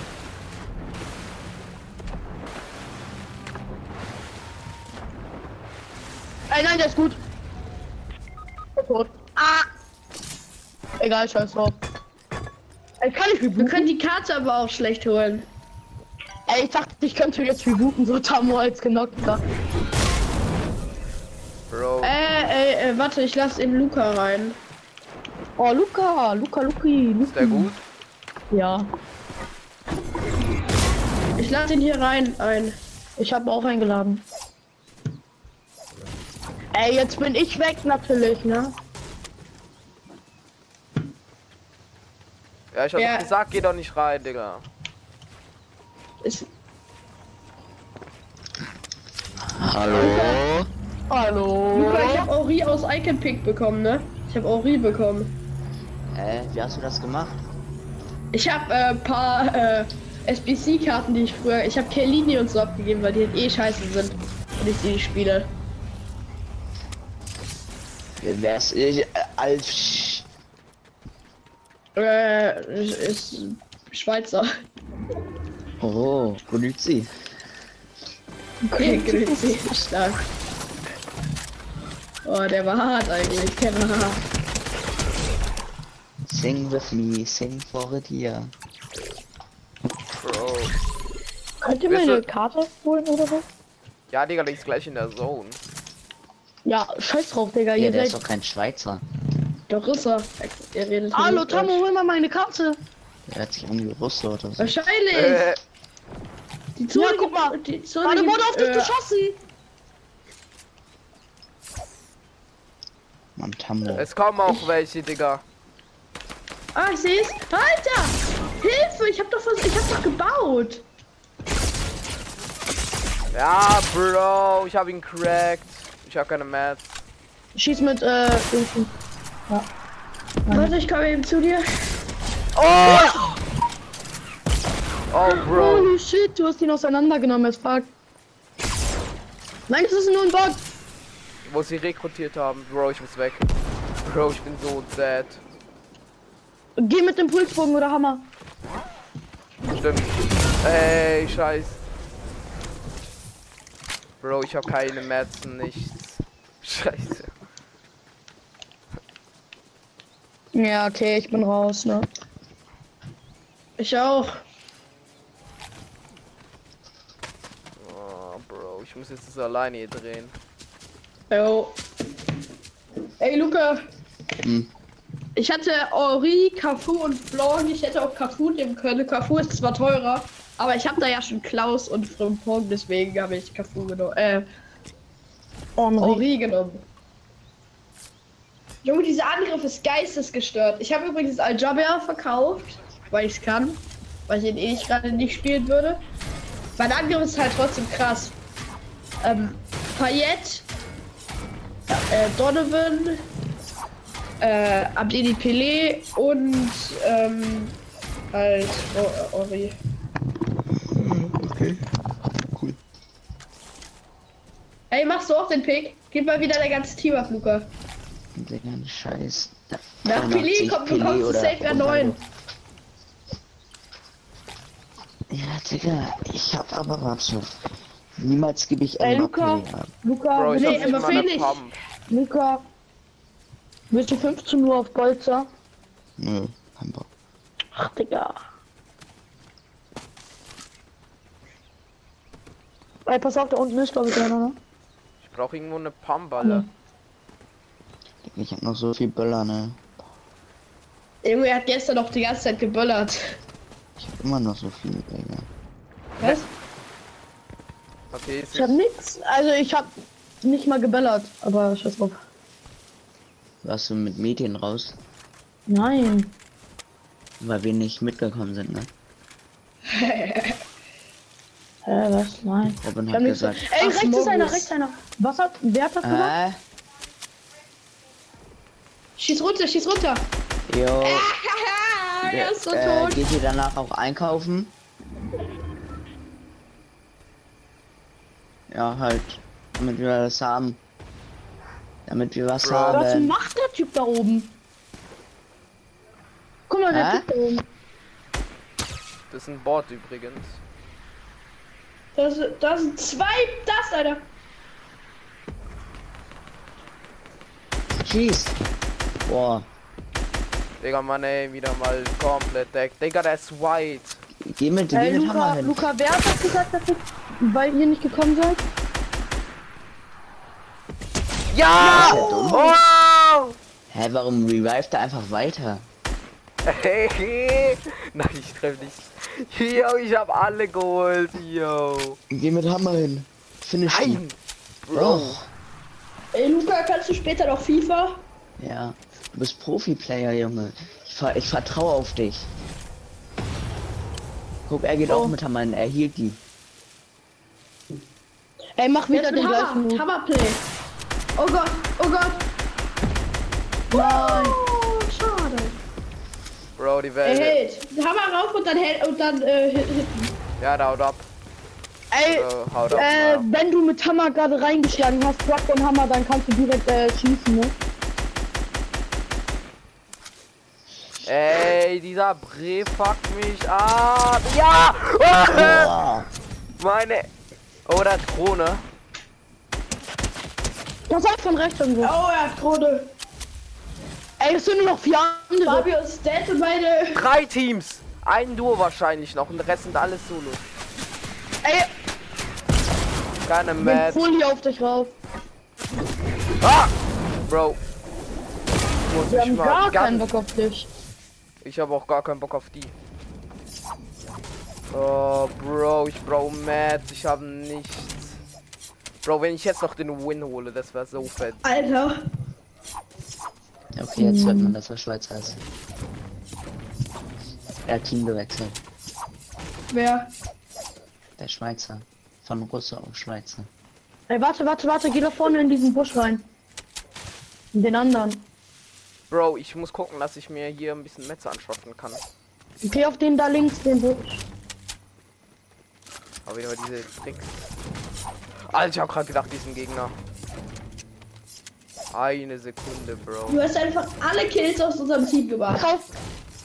Speaker 3: Ey, nein, der ist gut. Der ist tot. Ah! Egal, scheiß drauf. Ey, kann ich
Speaker 2: Wir
Speaker 3: rebooten?
Speaker 2: können die Karte aber auch schlecht holen.
Speaker 3: Ey, ich dachte, ich könnte jetzt rebooten, so Tamo als genockt war.
Speaker 1: Bro.
Speaker 2: Äh, äh, äh, warte, ich lass eben Luca rein.
Speaker 3: Oh, Luca, Luca, Luki,
Speaker 1: Ist
Speaker 3: Luki.
Speaker 1: der gut?
Speaker 3: Ja.
Speaker 2: Ich lass den hier rein ein.
Speaker 3: Ich habe auch eingeladen. Ey, jetzt bin ich weg natürlich, ne?
Speaker 1: Ja, ich hab
Speaker 2: Ja.
Speaker 1: doch gesagt, geh doch nicht rein, Digga.
Speaker 2: Ist,
Speaker 5: Hallo?
Speaker 3: Hallo.
Speaker 2: Luca, ich hab Ori aus Icon Pick bekommen, ne? Ich hab Ori bekommen.
Speaker 5: Äh, wie hast du das gemacht?
Speaker 2: Ich hab äh, paar äh, SBC-Karten, die ich früher. Ich hab Kellini und so abgegeben, weil die halt eh scheiße sind. Und ich die spiele.
Speaker 5: Wär's ich, äh, als
Speaker 2: Äh, ist ist Schweizer.
Speaker 5: Oh, wo liegt sie?
Speaker 2: Okay, Grüezi, stark. Oh, der war hart eigentlich, der war hart.
Speaker 5: Sing with me, sing for it here.
Speaker 1: Bro.
Speaker 3: Könnt ihr mir eine
Speaker 1: Wisst
Speaker 3: Karte holen oder was?
Speaker 1: Ja, Digga, liegst gleich in der Zone.
Speaker 3: Ja, scheiß drauf, Digga.
Speaker 5: Ja,
Speaker 3: Ihr
Speaker 5: der ist
Speaker 3: seid.
Speaker 5: doch kein Schweizer.
Speaker 2: Doch ist er. Er redet
Speaker 3: Hallo,
Speaker 2: nicht
Speaker 3: Tamo,
Speaker 2: Deutsch.
Speaker 3: hol mal meine Karte.
Speaker 5: Der hat sich irgendwie Russe oder so.
Speaker 2: Wahrscheinlich!
Speaker 1: Äh,
Speaker 2: die Zone,
Speaker 3: Ja, guck mal.
Speaker 2: Die Zone
Speaker 3: Warte,
Speaker 2: gibt,
Speaker 3: wurde auf dich
Speaker 2: äh,
Speaker 3: geschossen.
Speaker 5: Mann, Tammo.
Speaker 3: Äh.
Speaker 1: es kommen auch welche, Digga.
Speaker 2: Ah, ich seh's. Alter! Hilfe! Ich hab doch was. Ich hab doch gebaut!
Speaker 1: Ja, Bro, ich hab ihn cracked. Ich hab keine Mats.
Speaker 3: Schieß mit, äh, Dingsen.
Speaker 2: Warte, ich komme eben zu dir.
Speaker 1: Oh! Oh, Bro. Oh,
Speaker 2: Oh,
Speaker 3: Holy shit, du hast ihn auseinandergenommen, es fuck. Nein, das ist nur ein Bot.
Speaker 1: Wo sie rekrutiert haben. Bro, ich muss weg. Bro, ich bin so sad.
Speaker 3: Geh mit dem Pulsbogen oder Hammer.
Speaker 1: Stimmt. Ey, scheiß. Bro, ich hab keine Metzen, nichts. Scheiße.
Speaker 3: Ja, okay, ich bin raus, ne? Ich auch.
Speaker 1: Oh, Bro, ich muss jetzt das alleine hier drehen.
Speaker 3: Jo.
Speaker 2: Ey, Luca,
Speaker 5: Hm.
Speaker 2: ich hatte Ori, Carrefour und Blanc. Ich hätte auch Carrefour nehmen können. Carrefour ist zwar teurer, aber ich habe da ja schon Klaus und Frimpong, deswegen habe ich Carrefour genommen. Äh,
Speaker 3: Oh,
Speaker 2: Ori genommen. um. Junge, dieser Angriff ist geistesgestört. Ich habe übrigens Al-Jabir verkauft, weil ich es kann. Weil ich ihn eh nicht gerade nicht spielen würde. Mein Angriff ist halt trotzdem krass. Ähm, Payet, äh, Donovan, äh, Abdeli Pelé und ähm, halt O- Ori.
Speaker 5: Okay. Cool.
Speaker 2: Ey, machst du auch den Pick? Gib mal wieder dein ganzes Team ab, Luca.
Speaker 5: Den ganzen Scheiß.
Speaker 2: Nach Pelé
Speaker 5: 85
Speaker 2: kommt,
Speaker 5: Pelé
Speaker 2: bekommst du
Speaker 5: oder
Speaker 2: safe an
Speaker 5: Ronaldo.
Speaker 2: 9.
Speaker 5: Ja, Digga, ich hab aber warte. Niemals gebe ich
Speaker 3: Ey,
Speaker 5: einen
Speaker 3: Luca.
Speaker 5: Pelé ab.
Speaker 3: Luca,
Speaker 1: Bro, ich
Speaker 3: willst-
Speaker 2: nee,
Speaker 1: hab nicht
Speaker 2: aber
Speaker 1: mal eine
Speaker 2: Felix.
Speaker 1: Pump.
Speaker 3: Luca, willst du 15 Uhr auf Bolzer?
Speaker 5: Nö, kein Bock.
Speaker 3: Ach, Digga. Ey, pass auf, da unten ist, glaube ich, einer, ne?
Speaker 1: Ich brauche irgendwo eine Pump, Alter.
Speaker 5: Digga, Ich hab noch so viel Böller, ne?
Speaker 2: Junge, er hat gestern noch die ganze Zeit geböllert.
Speaker 5: Ich hab immer noch so viel, Digga.
Speaker 3: Was?
Speaker 1: Okay, ist
Speaker 3: Ich hab nix. Also, ich hab nicht mal gebellert, aber scheiß drauf.
Speaker 5: Warst du mit Medien raus?
Speaker 3: Nein.
Speaker 5: Weil wir nicht mitgekommen sind, ne?
Speaker 3: Hä, was? Nein.
Speaker 5: Robin
Speaker 3: Ich
Speaker 5: hat
Speaker 3: hab nix. Ey,
Speaker 5: gesagt.
Speaker 3: rechts ist einer,
Speaker 2: Morbius.
Speaker 3: rechts einer. Was hat, wer hat das gemacht?
Speaker 5: Äh,
Speaker 2: Schieß runter, schieß runter.
Speaker 5: jo.
Speaker 2: Haha, Ah, er ist so
Speaker 5: äh,
Speaker 2: tot.
Speaker 5: geht ihr danach auch einkaufen? Ja, halt. Damit wir was haben. Damit wir was
Speaker 1: Bro.
Speaker 3: Was
Speaker 5: haben.
Speaker 3: macht der Typ da oben? Guck mal, der
Speaker 5: Hä?
Speaker 3: Typ da oben.
Speaker 1: das ist ein Bot übrigens.
Speaker 2: Das, das sind zwei, das ist einer.
Speaker 5: Jeez. Boah.
Speaker 1: Digga, Mann, ey, wieder mal komplett deckt. Digga, der ist white.
Speaker 5: Geh mit, geh
Speaker 3: Ey,
Speaker 5: mit Hammer
Speaker 3: Luca,
Speaker 5: hin.
Speaker 3: Luca, wer hat das gesagt, dass ihr, weil ihr nicht gekommen seid?
Speaker 1: Ja!
Speaker 5: ist ja dumm.
Speaker 1: Oh!
Speaker 5: Hä, warum revived er einfach weiter?
Speaker 1: Hey, nein, ich treffe nicht. Yo, ich hab alle geholt, yo.
Speaker 5: Geh mit Hammer hin. Finish
Speaker 1: Nein! Oh.
Speaker 5: ihn.
Speaker 1: Bro.
Speaker 5: Doch.
Speaker 2: Ey, Luca, kannst du später noch FIFA?
Speaker 5: Ja. Du bist Profi-Player, Junge. Ich, ver ich vertraue auf dich. Guck, er geht
Speaker 3: Oh.
Speaker 5: auch mit Hammer hin. Er hielt die.
Speaker 3: Ey, mach wieder
Speaker 2: Jetzt
Speaker 3: den
Speaker 2: mit
Speaker 3: gleichen
Speaker 2: Hammer.
Speaker 3: Move.
Speaker 2: Hammerplay. Oh Gott, oh Gott.
Speaker 3: Nein.
Speaker 2: Oh, schade.
Speaker 1: Bro, die
Speaker 2: Er
Speaker 1: Welt.
Speaker 2: hält. Hammer rauf und dann hält und dann äh, hit- hitten.
Speaker 1: Ja, da haut ab.
Speaker 3: Ey,
Speaker 1: Bro, haut ab.
Speaker 3: äh,
Speaker 1: ja.
Speaker 3: wenn du mit Hammer gerade reingeschlagen hast, drop den Hammer, dann kannst du direkt äh, schießen, ne?
Speaker 1: Ey, dieser Bre fuckt mich ab. Ja! Ah!
Speaker 5: Boah.
Speaker 1: Meine. Oder Krone.
Speaker 3: Das heißt von rechts irgendwo.
Speaker 2: Oh, er hat Krone.
Speaker 3: Ey, es sind nur noch vier andere.
Speaker 2: Fabio ist dead und meine
Speaker 1: Drei Teams. Ein Duo wahrscheinlich noch und der Rest sind alles Solo.
Speaker 3: Ey,
Speaker 1: Keine
Speaker 3: wir
Speaker 1: Mad.
Speaker 3: holen hier auf dich rauf.
Speaker 1: Ah! Bro. Ich muss
Speaker 3: Wir
Speaker 1: mich
Speaker 3: haben
Speaker 1: mal
Speaker 3: gar
Speaker 1: ganz-
Speaker 3: keinen Bock auf dich.
Speaker 1: Ich habe auch gar keinen Bock auf die. Oh, Bro, ich brauche Mats, ich habe nichts. Bro, wenn ich jetzt noch den Win hole, das wäre so fett.
Speaker 2: Alter.
Speaker 5: Okay, jetzt hört man, dass er Schweizer ist. Er hat Team gewechselt.
Speaker 2: Wer?
Speaker 5: Der Schweizer. Von Russe auf Schweizer.
Speaker 3: Ey, warte, warte, warte, geh da vorne in diesen Busch rein. In den anderen.
Speaker 1: Bro, ich muss gucken, dass ich mir hier ein bisschen Metze anschaffen kann.
Speaker 3: Geh auf den da links, den Busch.
Speaker 1: Aber wieder diese Tricks. Alter, ich hab grad gedacht, diesen Gegner. Eine Sekunde, Bro.
Speaker 2: Du hast einfach alle Kills aus unserem Team gemacht.
Speaker 3: Kauf.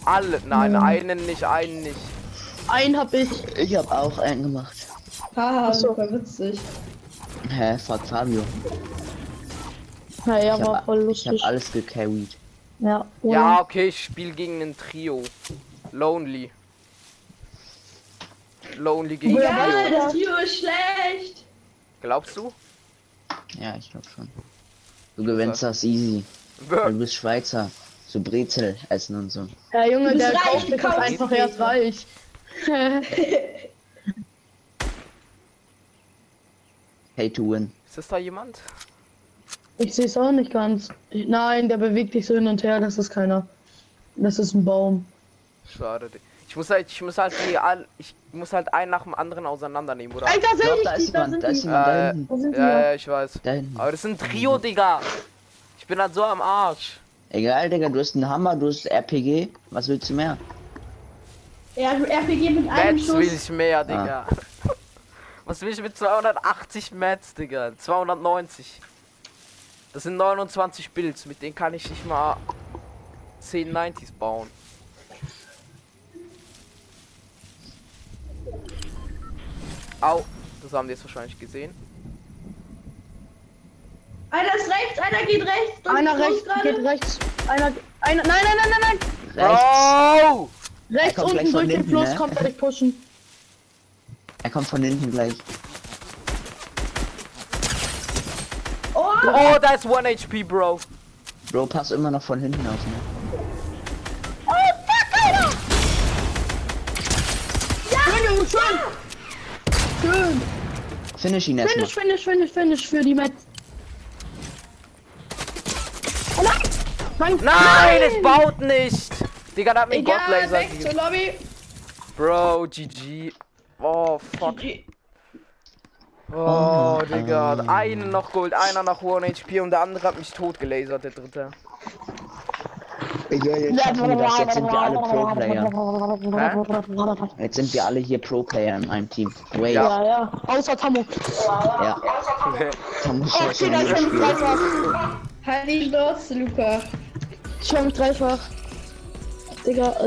Speaker 1: Alle, nein, einen nicht, einen nicht.
Speaker 3: Einen hab ich.
Speaker 5: Ich hab auch einen gemacht.
Speaker 2: Haha,
Speaker 3: Ach so.
Speaker 2: super witzig.
Speaker 5: Hä, fuck Fabio.
Speaker 3: Naja,
Speaker 5: Ich
Speaker 3: war
Speaker 5: hab,
Speaker 3: voll
Speaker 5: ich
Speaker 3: lustig.
Speaker 5: hab alles gecarried.
Speaker 3: Ja, ohne-
Speaker 1: Ja, okay, ich spiel gegen ein Trio. Lonely. Lonely gegen
Speaker 3: Ja,
Speaker 2: Ja,
Speaker 1: Trio.
Speaker 2: das Trio ist schlecht.
Speaker 1: Glaubst du?
Speaker 5: Ja, ich glaub schon. Du gewinnst das easy. Weil du bist Schweizer. So Brezel essen und so.
Speaker 3: Ja, Junge,
Speaker 2: Du
Speaker 3: der
Speaker 2: bist reich,
Speaker 3: kauft
Speaker 2: du
Speaker 3: mich
Speaker 2: kaufst
Speaker 3: einfach
Speaker 2: mich.
Speaker 3: erst reich.
Speaker 5: Pay to win.
Speaker 1: Ist das da jemand?
Speaker 3: Ich sehe es auch nicht ganz. Nein, der bewegt sich so hin und her, das ist keiner. Das ist ein Baum.
Speaker 1: Schade. Ich muss halt, ich muss halt die all, ich muss halt einen nach dem anderen auseinandernehmen, oder?
Speaker 3: Alter,
Speaker 5: Ich
Speaker 3: sehe
Speaker 5: glaub,
Speaker 3: ich
Speaker 5: da
Speaker 3: die,
Speaker 5: ist
Speaker 3: da sind
Speaker 5: jemand, da ist
Speaker 3: die.
Speaker 5: jemand da
Speaker 1: Äh,
Speaker 5: hinten.
Speaker 3: Da sind die.
Speaker 1: Ja,
Speaker 3: ja.
Speaker 1: ja, ich weiß.
Speaker 5: Da hinten.
Speaker 1: Aber das ist ein Trio, Digga. Ich bin halt so am Arsch.
Speaker 5: Egal, Digga, du hast einen Hammer, du hast RPG. Was willst du mehr?
Speaker 2: Ja, RPG mit einem
Speaker 1: Mats will
Speaker 2: Schuss.
Speaker 1: ich mehr, Digga. Was will ich mit 280 Mats, Digga? 290. Das sind 29 Builds, mit denen kann ich nicht mal 10 90s bauen. Au, das haben die jetzt wahrscheinlich gesehen.
Speaker 2: Einer ist rechts, einer geht rechts. Und
Speaker 3: Einer
Speaker 2: ich muss
Speaker 3: rechts,
Speaker 2: gerade-
Speaker 3: geht rechts. Einer, einer, nein, nein, nein, nein, nein.
Speaker 5: Rechts.
Speaker 1: Au!
Speaker 3: Rechts
Speaker 5: kommt gleich
Speaker 3: unten
Speaker 5: von
Speaker 3: durch den
Speaker 5: hinten,
Speaker 3: Fluss
Speaker 5: ne?
Speaker 3: kommt er dich pushen.
Speaker 5: Er kommt von hinten gleich.
Speaker 2: Oh,
Speaker 1: Oh, da ist 1 HP, Bro.
Speaker 5: Bro, pass immer noch von hinten auf, ne?
Speaker 3: Junge, schön. Schön.
Speaker 5: Finish ihn erstmal.
Speaker 3: Finish, finish, finish, finish für die Mets. Oh nein! Mein
Speaker 1: Nein, es baut nicht. Digga, da hat mir ein
Speaker 2: egal,
Speaker 1: Godlaser
Speaker 2: weg zur
Speaker 1: gegeben.
Speaker 2: Lobby.
Speaker 1: Bro, GG. Oh, fuck. Oh, Digga. Einen noch Gold, einer noch 1 HP und der andere hat mich tot gelasert, der dritte.
Speaker 5: Egal, jetzt schaffen wir das. Jetzt sind wir alle Pro-Player. Jetzt sind wir alle hier Pro-Player in einem Team. Wait.
Speaker 1: Ja.
Speaker 5: Ja.
Speaker 3: Ja, ja. Außer Tammo.
Speaker 5: Da muss ich jetzt
Speaker 3: Okay, dann
Speaker 5: noch
Speaker 3: schon mich
Speaker 5: nicht spielen.
Speaker 3: dreifach.
Speaker 2: Halt die Schnauze, Luca.
Speaker 3: Ich hab mich dreifach. Digga, äh.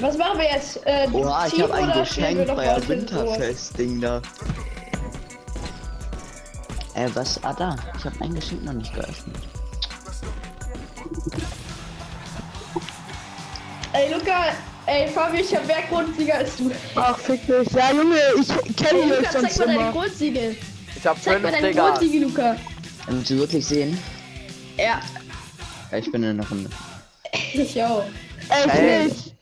Speaker 2: Was machen wir jetzt? Äh,
Speaker 5: Oha, ich
Speaker 2: Team
Speaker 5: hab ein
Speaker 2: oder spielen wir
Speaker 5: Geschenk
Speaker 2: noch
Speaker 5: bei
Speaker 2: Wolf
Speaker 5: der
Speaker 2: in Ruhe?
Speaker 5: Winterfest-Ding da. Äh, was? Ah, da. Ich hab ein Geschenk noch nicht geöffnet.
Speaker 2: Ey, Luca, ey, Fabio, ich hab mehr Grundsieger als du.
Speaker 3: Ach, fick dich. Ja, Junge, ich kenne
Speaker 2: Ey,
Speaker 3: euch
Speaker 2: Luca,
Speaker 3: sonst
Speaker 2: zeig mal deine
Speaker 3: immer.
Speaker 2: Grundsiegel.
Speaker 1: Ich hab
Speaker 2: Zeig
Speaker 1: 5,
Speaker 2: mal deine
Speaker 1: Digga.
Speaker 2: Grundsiegel, Luca.
Speaker 5: Damit sie Ähm, wirklich sehen.
Speaker 2: Ja,
Speaker 5: Ja, ich bin in der Runde.
Speaker 2: ich auch.
Speaker 3: Echt
Speaker 1: Ey.
Speaker 3: nicht.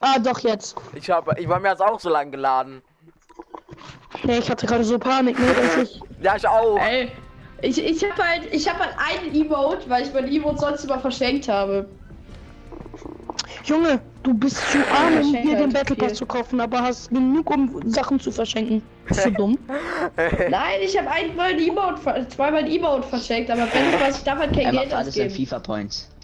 Speaker 3: Ah, doch, jetzt.
Speaker 1: Ich hab, ich war mir jetzt auch so lang geladen.
Speaker 3: Nee, ich hatte gerade so Panik, ne, dass ich.
Speaker 1: Ja, ich auch.
Speaker 2: Ey, ich, ich hab halt, ich hab halt einen Emote, weil ich mein Emote sonst immer verschenkt habe.
Speaker 3: Junge, du bist zu arm, um
Speaker 2: verschenke
Speaker 3: dir den
Speaker 2: halt
Speaker 3: Battle Pass
Speaker 2: viel.
Speaker 3: zu kaufen, aber hast genug, um Sachen zu verschenken. Bist du dumm?
Speaker 2: Nein, ich hab einmal ein Emote, ver- zweimal ein Emote verschenkt, aber wenn ich was, ich darf halt kein
Speaker 5: Er macht
Speaker 2: Geld
Speaker 5: alles in
Speaker 2: ausgeben.
Speaker 5: FIFA-Points.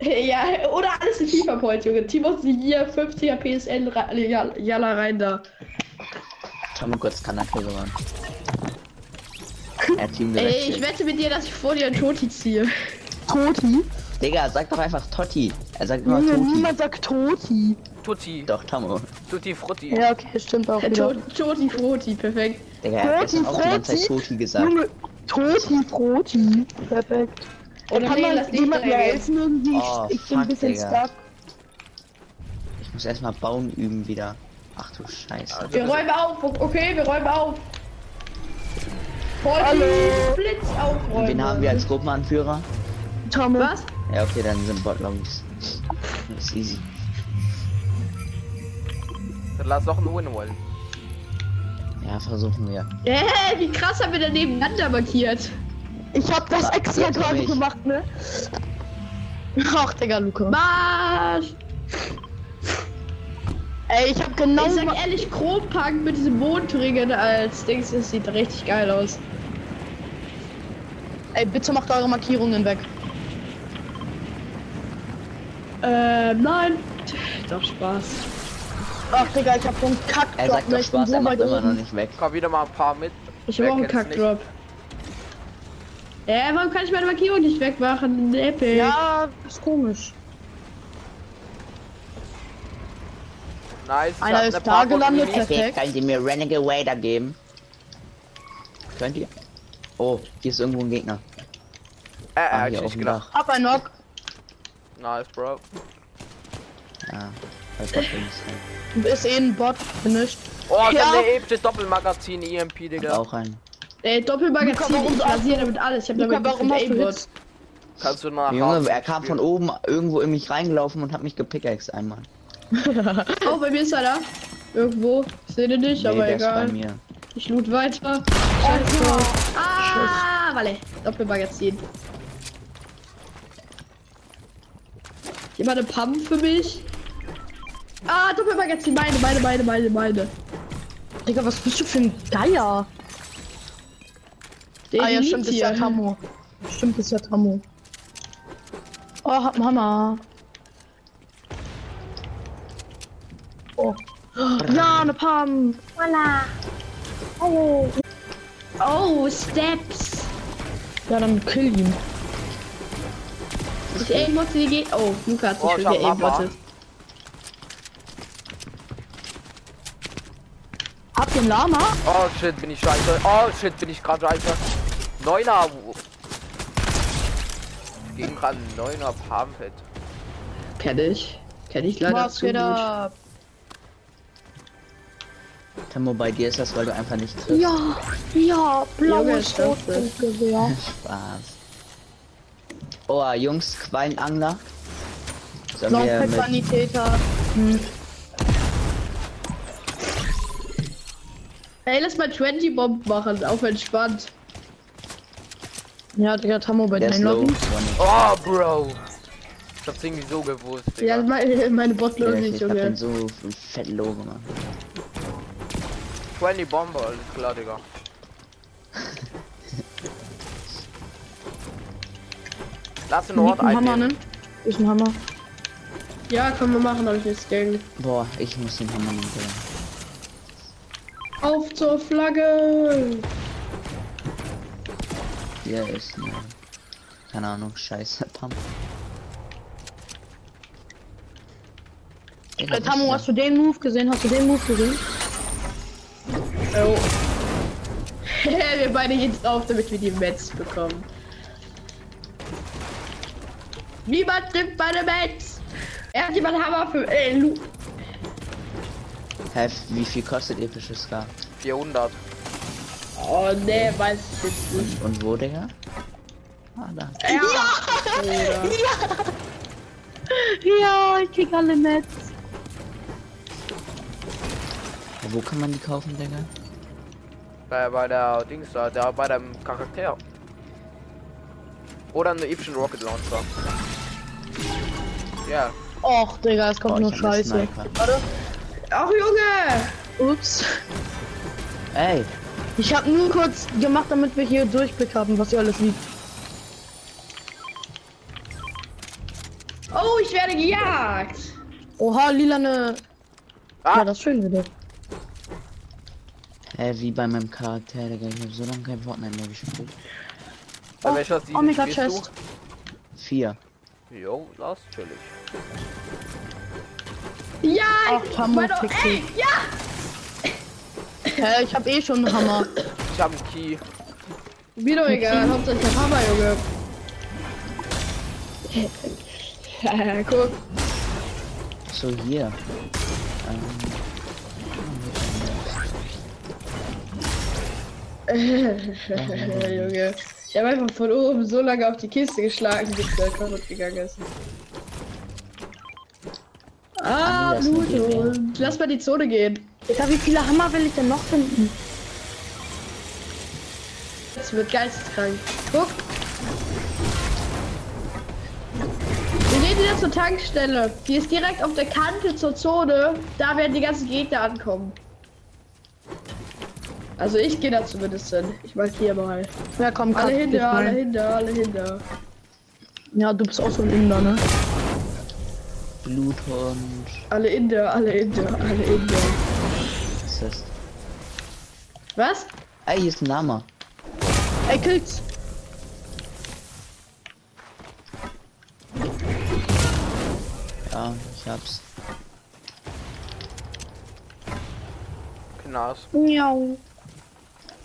Speaker 2: Ja, oder alles in FIFA Point, Junge. Timos hier, 50er PSN, ra- äh, ja- Jalla rein da.
Speaker 5: Schau mal kurz, kann er hier geworden. Er hat Team
Speaker 2: Ey, ich
Speaker 5: gewechselt.
Speaker 2: wette mit dir, dass ich vor dir einen Toti ziehe.
Speaker 3: Toti?
Speaker 5: Digga, sag doch einfach Totti. Er sagt immer
Speaker 3: Junge,
Speaker 5: Totti.
Speaker 3: niemand sagt Toti.
Speaker 1: Tutti.
Speaker 5: Doch, Tammo.
Speaker 1: Tutti Frutti.
Speaker 3: Ja, okay, stimmt auch. Wieder.
Speaker 2: Tot- Toti, Froti, perfekt.
Speaker 5: Digga, er hat
Speaker 3: Totti,
Speaker 5: gestern auch die ganze Zeit
Speaker 3: Totti.
Speaker 5: Totti gesagt.
Speaker 3: Junge, Toti, Proti. Perfekt.
Speaker 2: Oder
Speaker 3: Kann
Speaker 2: nee,
Speaker 3: man
Speaker 2: lass dich
Speaker 3: jemand mir
Speaker 2: reingehen.
Speaker 3: helfen irgendwie? Ich-
Speaker 5: Oh,
Speaker 3: ich bin ein
Speaker 5: fuck,
Speaker 3: bisschen
Speaker 5: Digga.
Speaker 3: stuck.
Speaker 5: Ich muss erstmal bauen üben wieder. Ach du Scheiße.
Speaker 1: Also,
Speaker 2: Wir räumen auf, okay, wir räumen auf. Heute
Speaker 3: Hallo.
Speaker 2: Blitz aufräumen.
Speaker 5: Wen haben wir als Gruppenanführer?
Speaker 3: Tammo.
Speaker 2: Was?
Speaker 5: Ja, okay, dann sind Botlongs. Das ist easy.
Speaker 1: Dann lass noch einen Win wollen.
Speaker 5: Ja, versuchen wir.
Speaker 2: Hä, wie krass haben wir da nebeneinander markiert.
Speaker 3: Ich hab das
Speaker 5: Ah,
Speaker 3: extra
Speaker 5: jetzt
Speaker 3: gerade
Speaker 5: komm ich.
Speaker 3: gemacht, ne? Ach, Digga, Luca.
Speaker 2: Marsch!
Speaker 3: Ey, ich hab genau.
Speaker 2: Ich sag
Speaker 3: ma-
Speaker 2: ehrlich, Chrompunk mit diesem Mondringen als Dings, das sieht richtig geil aus.
Speaker 3: Ey, bitte macht eure Markierungen weg.
Speaker 2: Ähm, nein. Doch Spaß.
Speaker 3: Ach, Digga, ich hab so einen Kack.
Speaker 5: Er sagt doch Spaß, er macht immer noch nicht weg.
Speaker 1: Komm wieder mal ein paar mit.
Speaker 2: Ich
Speaker 1: Wer
Speaker 2: habe auch einen
Speaker 1: kennt's nicht?
Speaker 2: Kackdrop. Äh, warum kann ich meine Markierung nicht wegmachen? Epic.
Speaker 3: Ja, ist komisch.
Speaker 1: Nice. ich
Speaker 3: Einer
Speaker 1: hab
Speaker 3: ist
Speaker 1: eine
Speaker 3: da
Speaker 1: Parkour-
Speaker 3: gelandet.
Speaker 1: Mini-
Speaker 3: Perfekt.
Speaker 5: Könnt ihr mir Renegade Wader geben? Könnt ihr? Oh, hier ist irgendwo ein Gegner.
Speaker 1: Äh, äh,
Speaker 5: Ah,
Speaker 1: hab ich
Speaker 5: hier auf
Speaker 1: nicht
Speaker 5: dem
Speaker 1: gedacht.
Speaker 5: Dach.
Speaker 3: Hab ein Knock.
Speaker 1: Nice, Bro.
Speaker 5: Ah, bei Gott, links.
Speaker 3: Ist eh ein Bot. Finished.
Speaker 1: Oh, ich
Speaker 3: Ja.
Speaker 1: hab eine epische Doppelmagazin EMP,
Speaker 5: Hab
Speaker 1: Digga.
Speaker 5: auch einen.
Speaker 2: Äh, Doppelmagazin,
Speaker 3: Luca, warum
Speaker 2: ich
Speaker 3: hast
Speaker 2: rasiere damit alles. Ich habe
Speaker 3: Luca,
Speaker 2: damit
Speaker 3: warum hast du
Speaker 2: Aimbot.
Speaker 3: Hits?
Speaker 1: Kannst du nach
Speaker 5: Junge,
Speaker 1: Hause
Speaker 5: er kam von
Speaker 1: spielen.
Speaker 5: oben irgendwo in mich reingelaufen und hat mich gepickaxed einmal.
Speaker 2: Oh, bei mir ist einer. Irgendwo. Ich sehe den nicht,
Speaker 5: Nee,
Speaker 2: aber
Speaker 5: der ist bei
Speaker 2: egal.
Speaker 5: mir.
Speaker 2: Ich loot weiter.
Speaker 3: Oh,
Speaker 2: Scheiße. Ah, vale. Doppelmagazin. Jemand eine Pump für mich? Ah, Doppelmagazin. Meine, meine, meine, meine, meine.
Speaker 3: Digga, was bist du für ein Geier?
Speaker 2: Den
Speaker 3: ah ja,
Speaker 2: liegt
Speaker 3: stimmt, ist ja
Speaker 2: hier.
Speaker 3: Tammo. Stimmt, ist ja Tammo. Oh, hab einen Hammer. Oh. Ja, eine Pam.
Speaker 2: Oh, Steps.
Speaker 3: Ja, dann kill ihn.
Speaker 2: Ich aimbotte die geht. Oh, Luca hat sich
Speaker 1: Oh, ich
Speaker 2: schon
Speaker 1: hab einen Hammer.
Speaker 2: geaimbottet.
Speaker 3: Habt ihr einen Lama?
Speaker 1: Oh shit, bin ich scheiße. Oh shit, bin ich gerade scheiße. Neuner. Ich gegen gerade Neuner Palmfett.
Speaker 2: Kenn ich. Kenn ich leider
Speaker 3: Was
Speaker 2: zu
Speaker 3: geht
Speaker 2: gut.
Speaker 3: ab?
Speaker 5: Tammo, bei dir ist das, weil du einfach nicht triffst.
Speaker 3: Ja, ja,
Speaker 2: Junge,
Speaker 3: blaues
Speaker 2: ist das das.
Speaker 3: Rotgewehr.
Speaker 5: Spaß. Oh, Jungs, Quallenangler. Sollen wir mit-
Speaker 3: Sanitäter.
Speaker 2: Hm. Ey, lass mal 20 Bomb machen, auf entspannt.
Speaker 3: Ja, Digga, Tammo bei
Speaker 5: Der ist
Speaker 3: den
Speaker 5: low.
Speaker 3: Lobby.
Speaker 5: One-
Speaker 1: Oh, Bro. Ich hab's irgendwie so gewusst,
Speaker 2: Ja,
Speaker 1: Digga.
Speaker 2: meine, meine
Speaker 5: Okay,
Speaker 2: Botlose,
Speaker 5: Äh, ich hab
Speaker 2: Junge.
Speaker 5: den so fett low gemacht.
Speaker 1: 20 Bombe, alles klar, Digga. Lass den Ort
Speaker 3: Liegt ein Hammer,
Speaker 1: einnehmen.
Speaker 3: ne? Ist ein Hammer.
Speaker 2: Ja, können wir machen, hab ich jetzt Gang.
Speaker 5: Boah, ich muss den Hammer nehmen. Digga.
Speaker 2: Auf zur Flagge!
Speaker 5: Hier ist eine. Keine Ahnung, scheiße Pump. Digga,
Speaker 3: Äh, Tammo,
Speaker 5: was
Speaker 3: hast du den Move gesehen? Hast du den Move gesehen?
Speaker 2: Oh. wir beide gehen jetzt auf, damit wir die Mets bekommen. Niemand nimmt meine Mets! Er hat jemand Hammer für. Ey, Lu.
Speaker 5: ist- Hä, wie viel kostet episches Scar?
Speaker 1: 400.
Speaker 2: Oh nee, weiß ich jetzt nicht.
Speaker 5: Und, und wo, Digga? Ah, da.
Speaker 2: Ja! Bruder.
Speaker 3: Ja, ich krieg alle mit.
Speaker 5: Wo kann man die kaufen, Digga?
Speaker 1: Bei, bei der Dings da, da bei dem Charakter. Oder eine epische Rocket Launcher. Ja,
Speaker 3: Och, Digga, es kommt
Speaker 5: Boah, Oh, ich
Speaker 3: nur
Speaker 5: hab einen
Speaker 3: Scheiße.
Speaker 5: Sniper.
Speaker 2: Ach, Junge!
Speaker 3: Ups.
Speaker 5: Ey,
Speaker 3: Ich hab nur kurz gemacht, damit wir hier Durchblick haben, was hier alles liegt.
Speaker 2: Oh, ich werde gejagt!
Speaker 3: Oha, lilane.
Speaker 1: Ah.
Speaker 3: Ja, das ist schön wieder.
Speaker 5: ey, wie bei meinem Charakter, Digga. Ich hab so lange kein Fortnite mehr gespielt.
Speaker 1: bei
Speaker 3: Oh,
Speaker 1: welcher Season
Speaker 3: Omega
Speaker 1: spielst
Speaker 3: Chest.
Speaker 5: Vier.
Speaker 1: du? Jo, das chillig.
Speaker 2: Ja!
Speaker 3: Ach,
Speaker 2: ich-
Speaker 3: Tammo,
Speaker 2: meine-
Speaker 3: Pixel.
Speaker 2: Ey, ja!
Speaker 3: Hä, ich hab eh schon einen Hammer.
Speaker 1: Ich hab einen Key.
Speaker 2: Mir doch egal, hauptsächlich der Hammer, Junge. Ja, guck.
Speaker 5: So, hier. Ähm,
Speaker 2: Ja, Junge. Ich habe einfach von oben so lange auf die Kiste geschlagen, bis der kaputt gegangen ist. Ah,
Speaker 5: Anlassen
Speaker 2: gut.
Speaker 5: gehen, ja.
Speaker 2: und Lass mal die Zone gehen.
Speaker 3: Digga, wie viele Hammer will ich denn noch finden?
Speaker 2: Jetzt wird geisteskrank. Guck. Wir gehen wieder zur Tankstelle. Die ist direkt auf der Kante zur Zone. Da werden die ganzen Gegner ankommen. Also ich gehe da zumindest hin. Ich markiere mal.
Speaker 3: Ja, komm,
Speaker 2: Alle
Speaker 3: Kat,
Speaker 2: hin
Speaker 3: geh
Speaker 2: da, alle
Speaker 3: rein.
Speaker 2: hin da, alle hin da.
Speaker 3: Ja, du bist auch so ein Inder, ne?
Speaker 5: Bluthund.
Speaker 2: Alle Inder, alle Inder, alle Inder.
Speaker 5: Was ist das?
Speaker 2: Was?
Speaker 5: Ey, hier ist ein Lama.
Speaker 3: Ey, killt's.
Speaker 5: Ja, ich hab's.
Speaker 1: Knas.
Speaker 3: Miau.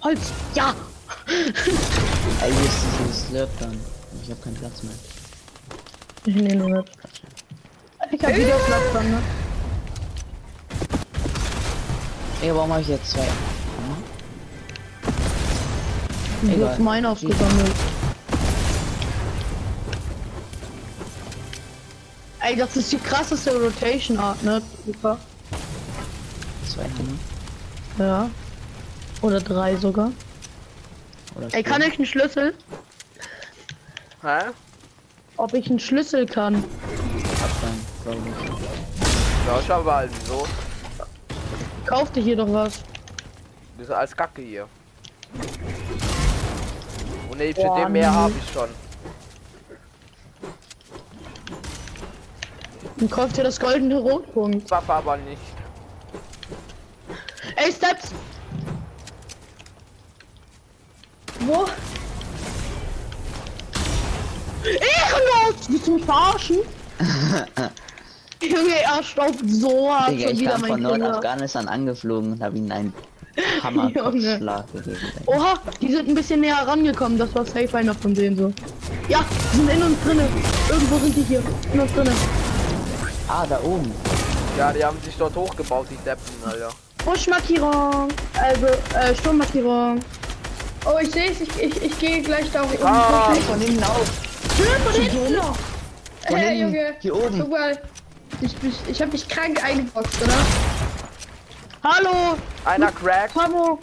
Speaker 3: Holz. Ja.
Speaker 5: Ey, hier ist dieses Slurp dann. Ich hab keinen Platz mehr.
Speaker 3: Ich nehme mit. Ich hab wieder Platz dann, ne?
Speaker 5: Ey, warum hab ich jetzt zwei? Hm?
Speaker 3: Ich
Speaker 5: Egal.
Speaker 3: hab meinen aufgesammelt. Ey, das ist die krasseste Rotation Art, ne? Super.
Speaker 5: Zwei Hammer.
Speaker 3: Ja. Oder drei sogar.
Speaker 5: Oder
Speaker 3: Ey, kann
Speaker 5: vier.
Speaker 3: ich einen Schlüssel?
Speaker 1: Hä?
Speaker 3: Ob ich einen Schlüssel kann?
Speaker 5: Abfallen, glaub ich.
Speaker 1: Ja, schau mal, so.
Speaker 3: Kauf dir hier doch was.
Speaker 1: Das ist alles Kacke hier. Und nee, für
Speaker 3: Boah,
Speaker 1: den mehr
Speaker 3: nee.
Speaker 1: habe ich schon.
Speaker 3: Und kauf dir das goldene Rotpunkt.
Speaker 1: Waffe aber nicht.
Speaker 3: Ey, Steps! Wo? Ehrenlos! Willst du mich verarschen? Junge, er staubt so hart
Speaker 5: Digga,
Speaker 3: schon
Speaker 5: ich
Speaker 3: wieder
Speaker 5: kam von
Speaker 3: mein Finger.
Speaker 5: Nordafghanistan angeflogen und hab ihm einen Hammerkopfschlag gegeben. ey.
Speaker 3: Oha, die sind ein bisschen näher rangekommen. Das war safe einer von denen so. Ja, die sind in uns drinne. Irgendwo sind die hier. In uns drinne.
Speaker 5: Ah, da oben.
Speaker 1: Ja, die haben sich dort hochgebaut, die Deppen, Alter.
Speaker 3: Buschmarkierung. Also, äh, Sturmmarkierung.
Speaker 2: Oh, ich sehe es. Ich, ich, ich gehe gleich da oben.
Speaker 1: Ah,
Speaker 5: Von hinten auf.
Speaker 2: Schön von hinten noch.
Speaker 5: Von
Speaker 2: Hey,
Speaker 5: hinten.
Speaker 2: Junge.
Speaker 5: Hier oben.
Speaker 2: Guck mal. Ich, ich, ich habe dich krank eingeboxt, oder?
Speaker 3: Hallo,
Speaker 1: einer crack.
Speaker 3: Pamo.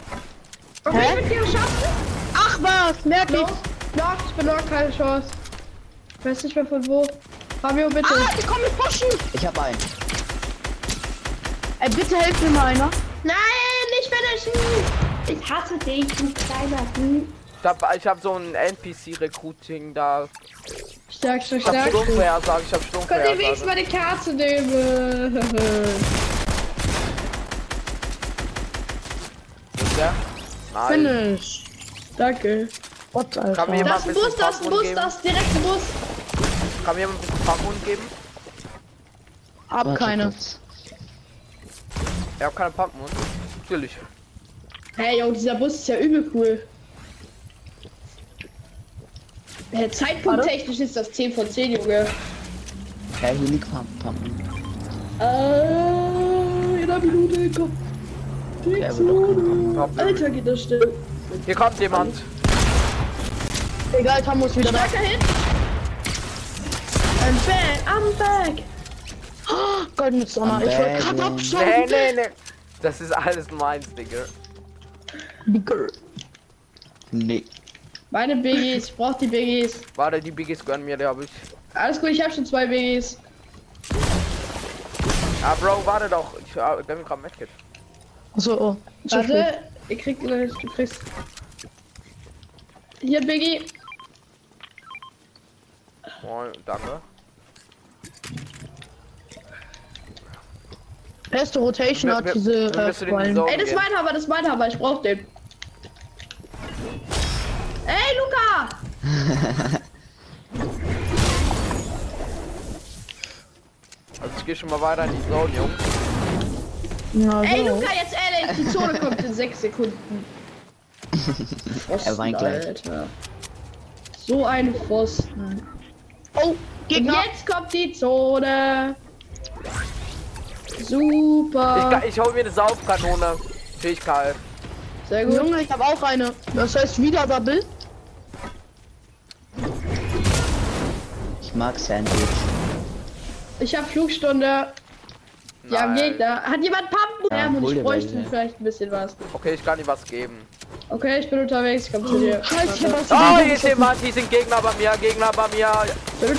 Speaker 2: Okay, Hä? mit dir schaffen?
Speaker 3: Ach was, merk ich.
Speaker 2: Los. Lock, ich bin lock, keine Chance. Ich weiß nicht mehr von wo. Fabio, bitte.
Speaker 3: Ah, die kommen mit Pushen.
Speaker 5: Ich hab einen.
Speaker 3: Ey, bitte helft mir mal einer.
Speaker 6: Nein, nicht finishen! Ich hasse dich, du kleiner Hü.
Speaker 1: Ich hab, ich hab so ein NPC-Recruiting da.
Speaker 2: Stärkste,
Speaker 1: Ich hab
Speaker 2: stärkste.
Speaker 1: Sturmvorhersage, ich hab
Speaker 2: Könnt ihr wenigstens
Speaker 1: Sturmvorhersage.
Speaker 2: meine Karte nehmen?
Speaker 1: Ja? Nein.
Speaker 3: Finish.
Speaker 2: Danke.
Speaker 3: Gott, Alter.
Speaker 1: Kann mir jemand
Speaker 2: Das
Speaker 1: ein
Speaker 2: ist ein
Speaker 1: bisschen
Speaker 2: Bus,
Speaker 1: Parkgrund
Speaker 2: das ist ein Bus,
Speaker 1: geben?
Speaker 2: das ist direkt ein Bus.
Speaker 1: Kann mir jemand ein bisschen Parkgrund geben?
Speaker 3: Hab
Speaker 5: Warte
Speaker 3: keine.
Speaker 5: kurz.
Speaker 1: Ich hab keine Pumpmund. Natürlich.
Speaker 2: Hey, yo, dieser Bus ist ja übel cool. Hey, Äh, Zeitpunkttechnisch ist das 10 von 10, Junge.
Speaker 5: Ja, hier liegt Pump. Pump.
Speaker 2: Äh, in einer Minute kommt die
Speaker 5: Der wird auch
Speaker 2: Zone.
Speaker 1: Pump.
Speaker 2: Alter, geht das schnell.
Speaker 1: Hier kommt jemand.
Speaker 3: Egal, Tom muss wieder da.
Speaker 2: Dahin. I'm back, I'm back.
Speaker 3: Oh, Goldene Sonne. Ich wollte
Speaker 5: Am
Speaker 3: gerade
Speaker 5: Bagen.
Speaker 1: Nee,
Speaker 3: abschauen.
Speaker 1: nee, nee. Das ist alles meins, Digga.
Speaker 5: Bigger. Nee.
Speaker 2: Meine BGs, ich brauch die BGs.
Speaker 1: Warte, die Biggies gönnen mir, die hab ich.
Speaker 2: Alles gut, ich hab schon zwei BGs.
Speaker 1: Ah, Bro, warte doch. Ich ah, gönn mir grad ein Medkit.
Speaker 3: So, oh. Zu spät.
Speaker 2: Warte, ihr kriegt, äh, du kriegst. Hier, Biggie.
Speaker 1: Moin, danke.
Speaker 3: Beste Rotation
Speaker 1: Wir-
Speaker 3: hat
Speaker 1: wir-
Speaker 3: diese
Speaker 1: wir
Speaker 3: äh,
Speaker 1: müssen den
Speaker 3: Quallen.
Speaker 1: Sau-
Speaker 2: Ey, das ist mein Haber, das ist mein Haber, ich brauch den. Ey, Luca!
Speaker 1: Also ich geh schon mal weiter in die Zone, Jungs.
Speaker 3: Ja,
Speaker 2: Ey,
Speaker 3: so.
Speaker 2: Luca, jetzt ehrlich, die Zone kommt in 6 Sekunden.
Speaker 5: Er weint gleich.
Speaker 2: Alter. So ein Pfosten.
Speaker 3: Oh,
Speaker 2: Und
Speaker 3: Gegner.
Speaker 2: jetzt kommt die Zone. Super. Ah.
Speaker 1: Ich, ich hol mir eine Saufkanone. Fähigkeit.
Speaker 2: Sehr gut.
Speaker 3: Junge, ich habe auch eine. Das heißt wieder Double.
Speaker 5: Ich mag Sandwich.
Speaker 2: Ich hab Flugstunde. Die haben
Speaker 1: Nein.
Speaker 2: Gegner. Hat jemand Pumpen?
Speaker 5: Ja,
Speaker 2: Ja, und
Speaker 5: hol
Speaker 2: ich
Speaker 5: dir
Speaker 2: bräuchte
Speaker 5: welche.
Speaker 2: vielleicht ein bisschen was.
Speaker 1: Okay, ich kann dir was geben.
Speaker 2: Okay, ich bin unterwegs, ich komm zu dir.
Speaker 3: Scheiße, ich hab
Speaker 2: Warte.
Speaker 3: aus
Speaker 1: Oh,
Speaker 3: dem
Speaker 1: hier ist jemand, hier sind Gegner bei mir, Gegner bei mir.
Speaker 2: Ich bin